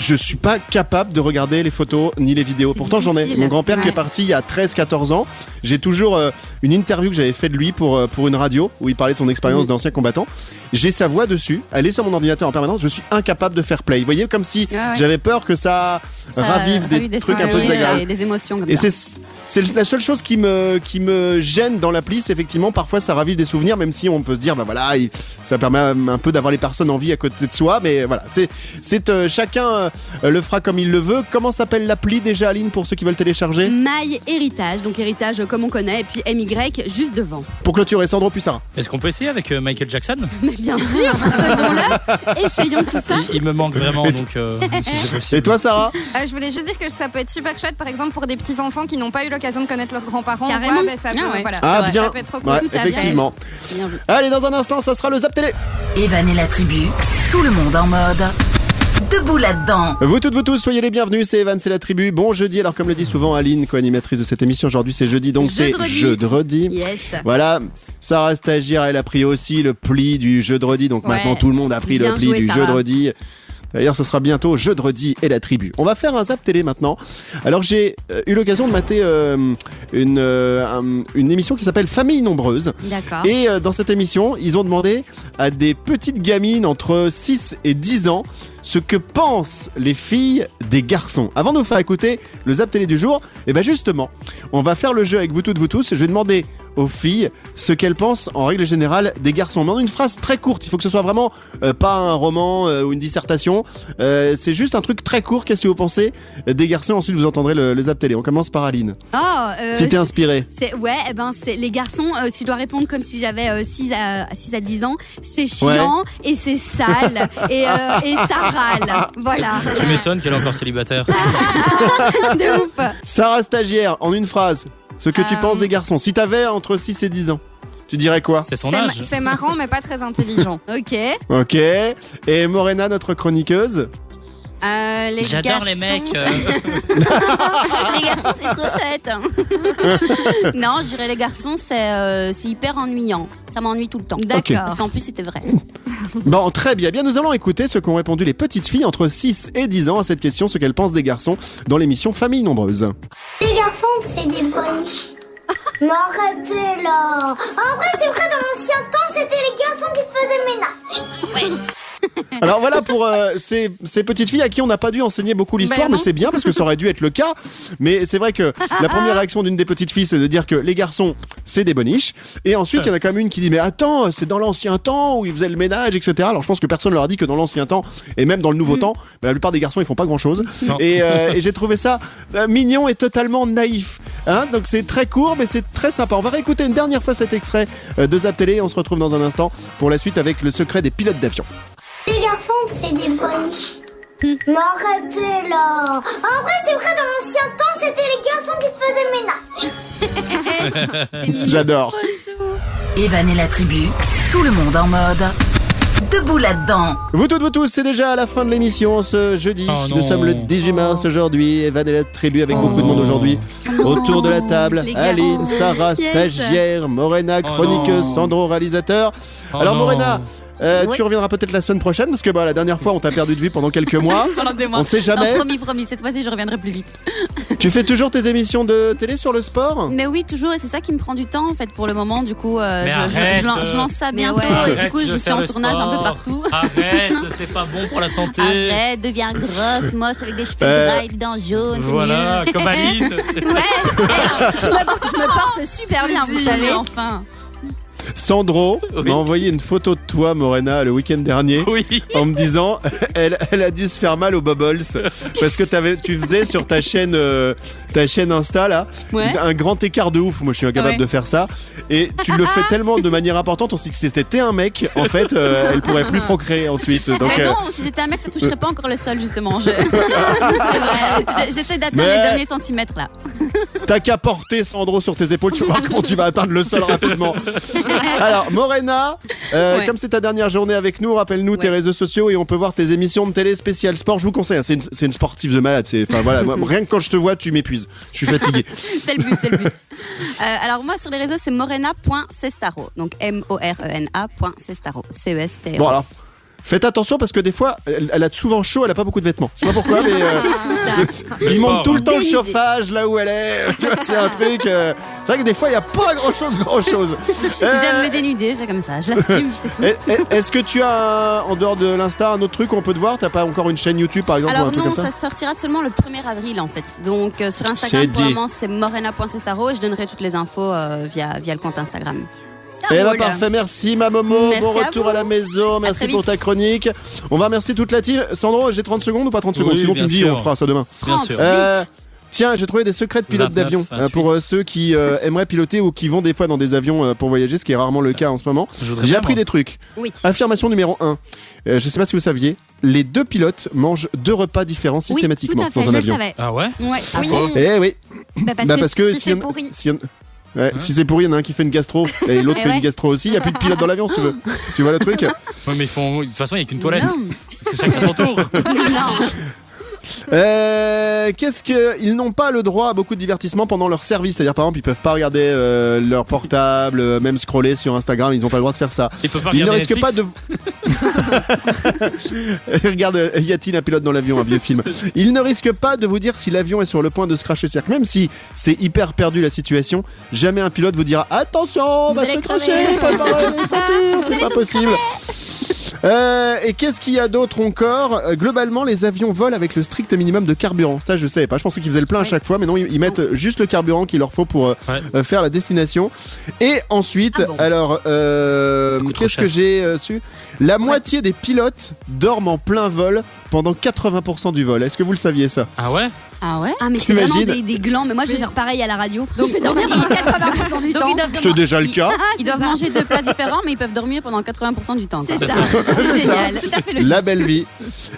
Speaker 2: Je suis pas capable de regarder les photos ni les vidéos.
Speaker 4: C'est
Speaker 2: Pourtant, j'en ai.
Speaker 4: difficile.
Speaker 2: Mon grand-père qui
Speaker 4: Ouais.
Speaker 2: est parti il y a 13-14 ans, j'ai toujours euh, une interview que j'avais faite de lui pour, euh, pour une radio où il parlait de son expérience d'ancien combattant. J'ai sa voix dessus, elle est sur mon ordinateur en permanence, je suis incapable de faire play. Vous voyez, comme si
Speaker 7: Ah Ouais, ouais.
Speaker 2: j'avais peur que ça,
Speaker 7: Ça
Speaker 2: ravive des,
Speaker 7: ravit
Speaker 2: trucs un peu
Speaker 5: souvenirs,
Speaker 7: souvenirs,
Speaker 2: désagréables.
Speaker 7: Des, des émotions comme
Speaker 2: Et
Speaker 7: ça.
Speaker 2: c'est c'est la seule chose qui me, qui me gêne dans l'appli, c'est effectivement parfois ça ravive des souvenirs, même si on peut se dire, bah voilà, il- ça permet un peu d'avoir les personnes en vie à côté de soi, mais voilà, c'est c'est, euh, chacun euh, le fera comme il le veut. Comment s'appelle l'appli déjà, Aline, pour ceux qui veulent
Speaker 7: Mm.
Speaker 2: télécharger
Speaker 4: My Héritage, donc héritage comme on connaît, et puis MY juste devant.
Speaker 2: Pour clôturer, Sandro puis Sarah.
Speaker 3: Est-ce qu'on peut essayer avec euh, Michael Jackson
Speaker 4: Mais bien sûr, faisons-le, essayons tout ça.
Speaker 3: il, il me manque vraiment,
Speaker 2: Et-
Speaker 3: donc euh, si c'est possible.
Speaker 2: Et toi, Sarah
Speaker 5: Euh, je voulais juste dire que ça peut être super chouette, par exemple, pour des petits enfants qui n'ont pas eu l'occasion de connaître leurs grands-parents. ou quoi,
Speaker 4: Carrément.
Speaker 5: ben, ça peut-
Speaker 7: Ah ouais.
Speaker 5: voilà.
Speaker 2: Ah,
Speaker 5: Ça
Speaker 2: bien.
Speaker 5: peut être trop cool.
Speaker 2: Ouais,
Speaker 4: tout à fait.
Speaker 2: effectivement.
Speaker 7: Bien vu.
Speaker 2: Allez, dans un instant, ça sera le Zap Télé.
Speaker 1: Evan et la tribu, tout le monde en mode. Debout là-dedans.
Speaker 2: Vous toutes, vous tous, soyez les bienvenus, c'est Evan, c'est la tribu. Bon jeudi, alors comme le dit souvent Aline, co-animatrice de cette émission, aujourd'hui c'est jeudi, donc c'est
Speaker 4: Jeudredi.
Speaker 2: jeudi.
Speaker 4: Yes.
Speaker 2: Voilà, Sarah Stagiaire, elle a pris aussi le pli du jeudi, donc
Speaker 5: Ouais.
Speaker 2: maintenant tout le monde a pris
Speaker 4: Bien
Speaker 2: le pli
Speaker 4: joué,
Speaker 2: du
Speaker 4: Sarah.
Speaker 2: jeudi. D'ailleurs, ce sera bientôt jeudi et la tribu. On va faire un zap télé maintenant. Alors, j'ai euh, eu l'occasion de mater euh, une, euh, un- une émission qui s'appelle Famille nombreuse.
Speaker 4: D'accord.
Speaker 2: Et euh, dans cette émission, ils ont demandé à des petites gamines entre 6 et 10 ans ce que pensent les filles des garçons. Avant de vous faire écouter le Zap Télé du jour, et ben justement, on va faire le jeu avec vous toutes, vous tous. Je vais demander aux filles ce qu'elles pensent en règle générale des garçons. Mais en une phrase très courte, il faut que ce soit vraiment euh, pas un roman euh, ou une dissertation. Euh, C'est juste un truc très court. Qu'est-ce que vous pensez euh, des garçons Ensuite, vous entendrez le, le Zap Télé. On commence par Aline.
Speaker 4: Oh, euh,
Speaker 2: si t'es inspirée.
Speaker 4: C'est ouais, eh ben c'est les garçons. euh, si je dois répondre comme si j'avais 6 à 6 à 10 ans, c'est chiant et c'est sale et, euh, et ça râle. Voilà.
Speaker 3: Tu m'étonnes qu'elle est encore célibataire.
Speaker 4: De ouf.
Speaker 2: Sarah Stagiaire, en une phrase, ce que tu
Speaker 5: Euh,
Speaker 2: penses des garçons. Si t'avais entre 6 et 10 ans, tu dirais quoi
Speaker 3: C'est son
Speaker 5: C'est ma-
Speaker 3: âge.
Speaker 5: c'est marrant, mais pas très intelligent.
Speaker 4: Ok.
Speaker 2: Ok. Et Morena, notre chroniqueuse
Speaker 7: Euh, les
Speaker 3: J'adore
Speaker 7: garçons,
Speaker 3: les mecs.
Speaker 7: ça-
Speaker 3: euh,
Speaker 7: les garçons, c'est trop chouette. non, je dirais les garçons, c'est euh, c'est hyper ennuyant. Ça m'ennuie tout le temps.
Speaker 4: D'accord.
Speaker 7: Parce qu'en plus, c'était vrai.
Speaker 2: Bon, très bien. Bien, nous allons écouter ce qu'ont répondu les petites filles entre 6 et 10 ans à cette question, ce qu'elles pensent des garçons dans l'émission Famille Nombreuse.
Speaker 8: Les garçons, c'est des bonnies. Mais arrêtez là En vrai, c'est vrai, dans l'ancien temps, c'était les garçons qui faisaient le ménage.
Speaker 2: Alors voilà pour euh, ces, ces petites filles à qui on n'a pas dû enseigner beaucoup l'histoire,
Speaker 5: Ben non.
Speaker 2: mais c'est bien parce que ça aurait dû être le cas. Mais c'est vrai que la première réaction d'une des petites filles, c'est de dire que les garçons, c'est des boniches. Et ensuite, il y en a quand même une qui dit, mais attends, c'est dans l'ancien temps où ils faisaient le ménage, etc. Alors je pense que personne leur a dit que dans l'ancien temps, et même dans le
Speaker 5: Mm.
Speaker 2: nouveau temps, bah, la plupart des garçons, ils font pas grand-chose.
Speaker 3: Non.
Speaker 2: Et, euh, et j'ai trouvé ça euh, mignon et totalement naïf. Hein Donc c'est très court, mais c'est très sympa. On va réécouter une dernière fois cet extrait euh, de Zap Télé. On se retrouve dans un instant pour la suite avec le secret des pilotes d'avion.
Speaker 8: Les garçons, c'est des bonnies. Mais arrêtez là En vrai, c'est vrai, dans l'ancien temps, c'était les garçons qui faisaient le ménage.
Speaker 2: J'adore.
Speaker 1: Evan et la tribu, tout le monde en mode. Debout là-dedans.
Speaker 2: Vous toutes, vous tous, c'est déjà à la fin de l'émission ce jeudi.
Speaker 3: Oh
Speaker 2: Nous
Speaker 3: non. Oh
Speaker 2: sommes le 18 mars aujourd'hui. Evan et la tribu avec beaucoup de monde aujourd'hui. Autour de la table,
Speaker 4: Oh, Les gars.
Speaker 2: Aline, Sarah,
Speaker 4: Yes.
Speaker 2: stagiaire, Morena,
Speaker 3: Oh
Speaker 2: chroniqueuse,
Speaker 3: non.
Speaker 2: Sandro, réalisateur.
Speaker 3: Oh
Speaker 2: Alors
Speaker 3: non.
Speaker 2: Morena, Euh,
Speaker 7: Oui.
Speaker 2: Tu reviendras peut-être la semaine prochaine parce que bah, la dernière fois on t'a perdu de vue pendant quelques mois.
Speaker 7: Pendant des mois.
Speaker 2: On ne sait
Speaker 7: Non,
Speaker 2: jamais.
Speaker 7: promis, promis, cette fois-ci je reviendrai plus vite.
Speaker 2: tu fais toujours tes émissions de télé sur le sport
Speaker 7: Mais oui, toujours, et c'est ça qui me prend du temps en fait pour le moment. Du coup, euh,
Speaker 3: Mais
Speaker 7: je, je- je
Speaker 3: arrête,
Speaker 7: lan- je
Speaker 3: euh,
Speaker 7: lance ça
Speaker 4: mais
Speaker 7: bientôt,
Speaker 4: ouais.
Speaker 7: et du coup,
Speaker 3: Arrête
Speaker 7: je
Speaker 3: de
Speaker 7: suis
Speaker 3: faire
Speaker 7: en
Speaker 3: le
Speaker 7: tournage un peu
Speaker 3: sport.
Speaker 7: partout.
Speaker 3: Arrête, c'est pas bon pour la santé.
Speaker 7: Arrête, deviens grosse, moche, avec des cheveux
Speaker 2: Euh,
Speaker 7: gras et des dents jaunes. c'est
Speaker 3: Voilà, comme Alice.
Speaker 4: Ouais, je me, je me porte super bien,
Speaker 7: mieux.
Speaker 4: vous savez.
Speaker 7: Dis, Ah, enfin.
Speaker 2: Sandro
Speaker 3: Oui.
Speaker 2: m'a envoyé une photo de toi, Morena, le week-end dernier.
Speaker 3: Oui.
Speaker 2: en me disant elle, elle a dû se faire mal aux bubbles parce que t'avais- tu faisais sur ta chaîne euh, ta chaîne Insta là
Speaker 7: Ouais.
Speaker 2: un grand écart de ouf moi je suis incapable
Speaker 7: Ouais.
Speaker 2: de faire ça et tu le fais tellement de manière importante on s'est dit que si c'était un mec en fait euh, elle pourrait plus procréer ensuite donc
Speaker 7: mais
Speaker 2: euh,
Speaker 7: Ah non, si j'étais un mec, ça toucherait pas encore le sol, justement. Je- Je- J'essaie d'atteindre
Speaker 2: Mais-
Speaker 7: les derniers centimètres là.
Speaker 2: t'as qu'à porter Sandro sur tes épaules tu vas voir comment tu vas atteindre le sol rapidement alors Morena euh,
Speaker 7: Ouais.
Speaker 2: comme c'est ta dernière journée avec nous rappelle-nous tes
Speaker 7: Ouais.
Speaker 2: réseaux sociaux et on peut voir tes émissions de télé spéciales sport je vous conseille hein, c'est une, c'est une sportive de malade c'est enfin voilà moi, rien que quand je te vois tu m'épuises je suis fatigué
Speaker 7: C'est le but, c'est le but. Euh, alors, moi, sur les réseaux, c'est morena.cestaro. Donc, M-O-R-E-N-A. E point Cestaro. E C-E-S-T-A.
Speaker 2: Bon alors, faites attention parce que des fois, elle, elle a souvent chaud, elle a pas beaucoup de vêtements. Je sais pas pourquoi, mais euh, c'est-
Speaker 3: Le
Speaker 2: il
Speaker 3: sport,
Speaker 2: monte tout le
Speaker 4: hein.
Speaker 2: temps le
Speaker 4: Belle
Speaker 2: chauffage là où elle est. Tu vois, c'est un truc. euh, c'est vrai que des fois, il y a pas grand chose, grand chose. Euh,
Speaker 7: J'aime me dénuder, c'est comme ça. Je l'assume, c'est tout.
Speaker 2: Eh, Est-ce que tu as un- en dehors de l'Insta un autre truc qu'on peut te voir T'as pas encore une chaîne YouTube par exemple ou un
Speaker 7: Alors
Speaker 2: truc
Speaker 7: non,
Speaker 2: comme
Speaker 7: ça
Speaker 2: ça,
Speaker 7: sortira seulement le 1er avril en fait. Donc euh, sur Instagram
Speaker 2: C'est
Speaker 7: pour le
Speaker 2: dit.
Speaker 7: moment c'est morena.cestaro et je donnerai toutes les infos euh, via, via le compte Instagram.
Speaker 2: Eh ben
Speaker 4: roule.
Speaker 2: parfait, merci ma Momo,
Speaker 7: Merci
Speaker 2: bon
Speaker 7: à
Speaker 2: retour
Speaker 7: vous.
Speaker 2: à, la maison, merci
Speaker 7: très
Speaker 2: pour
Speaker 7: vite.
Speaker 2: ta chronique. On va remercier toute la team. Sandro, j'ai 30 secondes ou pas 30 secondes
Speaker 3: Oui,
Speaker 2: Sinon tu
Speaker 3: bien
Speaker 2: me dis,
Speaker 3: sûr.
Speaker 2: on fera ça demain.
Speaker 3: Bien
Speaker 7: 30.
Speaker 3: sûr.
Speaker 2: Euh, Tiens, j'ai trouvé des secrets de pilotes
Speaker 3: 29,
Speaker 2: d'avion euh,
Speaker 3: 28.
Speaker 2: pour euh, ceux qui euh, aimeraient piloter ou qui vont des fois dans des avions euh, pour voyager, ce qui est rarement le cas en ce moment.
Speaker 3: Je voudrais
Speaker 2: J'ai
Speaker 3: bien,
Speaker 2: appris
Speaker 3: moi.
Speaker 2: des trucs.
Speaker 4: Oui.
Speaker 2: Affirmation numéro 1. je sais pas si vous saviez, les deux pilotes mangent deux repas différents
Speaker 4: Oui, tout
Speaker 2: systématiquement
Speaker 4: à fait,
Speaker 2: dans
Speaker 4: je
Speaker 2: un
Speaker 4: le
Speaker 2: avion.
Speaker 4: savais.
Speaker 3: Ah ouais
Speaker 4: Ouais.
Speaker 5: Oui,
Speaker 2: Eh oui,
Speaker 4: Bah, parce,
Speaker 2: bah,
Speaker 4: que,
Speaker 2: parce que
Speaker 5: si
Speaker 2: s'il y
Speaker 5: c'est
Speaker 2: en-
Speaker 5: pourri.
Speaker 2: s'il y en- Ouais, si c'est pourri, il y en a un qui fait une gastro et l'autre
Speaker 4: Eh
Speaker 2: fait
Speaker 4: ouais.
Speaker 2: une gastro aussi. Il n'y a plus de pilote dans l'avion, si tu veux. Tu vois le truc
Speaker 3: Ouais, mais ils font. De toute façon, il n'y a qu'une
Speaker 2: Oh,
Speaker 3: toilette.
Speaker 7: Non.
Speaker 3: C'est chacun son tour.
Speaker 2: Euh, qu'est-ce que ils n'ont pas le droit à beaucoup de divertissement pendant leur service C'est-à-dire par exemple, ils peuvent pas regarder euh, leur portable, euh, même scroller sur Instagram, ils n'ont pas le droit de faire ça.
Speaker 3: Ils peuvent pas
Speaker 2: Ils ne
Speaker 3: regarder
Speaker 2: risquent
Speaker 3: Netflix.
Speaker 2: pas de. Regarde, euh, y a-t-il un pilote dans l'avion, un vieux film Ils ne risquent pas de vous dire si l'avion est sur le point de se cracher. cest même si c'est hyper perdu la situation, jamais un pilote vous dira attention, on va
Speaker 7: allez
Speaker 2: se
Speaker 7: crever.
Speaker 2: cracher, préparez les ceintures, c'est pas possible. Euh, et qu'est-ce qu'il y a d'autre encore Euh, Globalement, les avions volent avec le strict minimum de carburant. Ça, je savais pas. Je pensais qu'ils faisaient le plein à chaque fois, mais non, ils, ils mettent euh, juste le carburant qu'il leur faut pour euh,
Speaker 3: Ouais.
Speaker 2: euh, faire la destination. Et ensuite,
Speaker 4: Ah bon
Speaker 2: alors, euh,
Speaker 3: Ça coûte trop
Speaker 2: qu'est-ce
Speaker 3: cher.
Speaker 2: que j'ai euh, su La moitié des pilotes dorment en plein vol pendant 80% du vol. Est-ce que vous le saviez ça
Speaker 3: Ah ouais
Speaker 7: Ah ouais
Speaker 4: Ah, mais c'est vraiment
Speaker 2: T'imagines
Speaker 4: des, des glands, mais moi je vais faire pareil à la radio. je vais dormir pendant 80% du
Speaker 7: Donc,
Speaker 4: temps.
Speaker 7: ils doivent
Speaker 2: C'est déjà le
Speaker 7: ils- Ah,
Speaker 2: cas.
Speaker 7: Ils doivent manger deux plats différents mais ils peuvent dormir pendant 80% du temps. quoi.
Speaker 4: C'est ça,
Speaker 2: C'est
Speaker 4: c'est
Speaker 2: ça.
Speaker 4: génial.
Speaker 7: Tout à fait logique.
Speaker 2: La belle vie.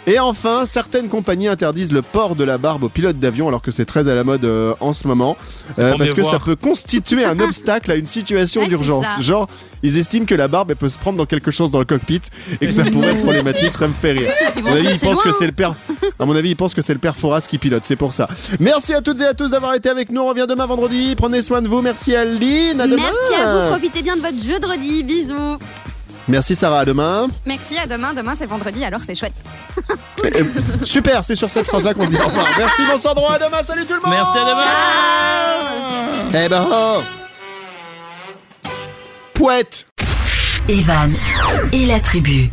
Speaker 2: Et enfin, certaines compagnies interdisent le port de la barbe aux pilotes d'avion, alors que c'est très à la mode euh, en ce moment, Euh,
Speaker 3: C'est pour
Speaker 2: parce
Speaker 3: mieux
Speaker 2: que ça
Speaker 3: voir.
Speaker 2: peut constituer un obstacle à une situation
Speaker 4: Ouais, c'est
Speaker 2: d'urgence.
Speaker 4: ça.
Speaker 2: Genre, ils estiment que la barbe elle peut se prendre dans quelque chose dans le cockpit et que ça pourrait être problématique. Ça me fait rire.
Speaker 7: Ils
Speaker 2: À
Speaker 7: vont
Speaker 2: mon, avis, ils
Speaker 7: chercher
Speaker 2: pensent
Speaker 7: loin,
Speaker 2: que
Speaker 7: hein.
Speaker 2: c'est le père, à mon avis, ils pensent que c'est le père Foras qui pilote, c'est pour ça. Merci à toutes et à tous d'avoir été avec nous. On revient demain vendredi. Prenez soin de vous. Merci Aline. À demain.
Speaker 4: Merci à vous, profitez bien de votre jeudi. Bisous.
Speaker 2: Merci Sarah. À demain.
Speaker 5: Merci, à demain. Demain, c'est vendredi, alors c'est chouette.
Speaker 2: Euh, Super, c'est sur cette phrase-là qu'on se dit au revoir. Merci, bon sang droit, à demain, salut tout le monde
Speaker 3: Merci à demain.
Speaker 2: Eh ben oh Poète
Speaker 1: Evan et la tribu.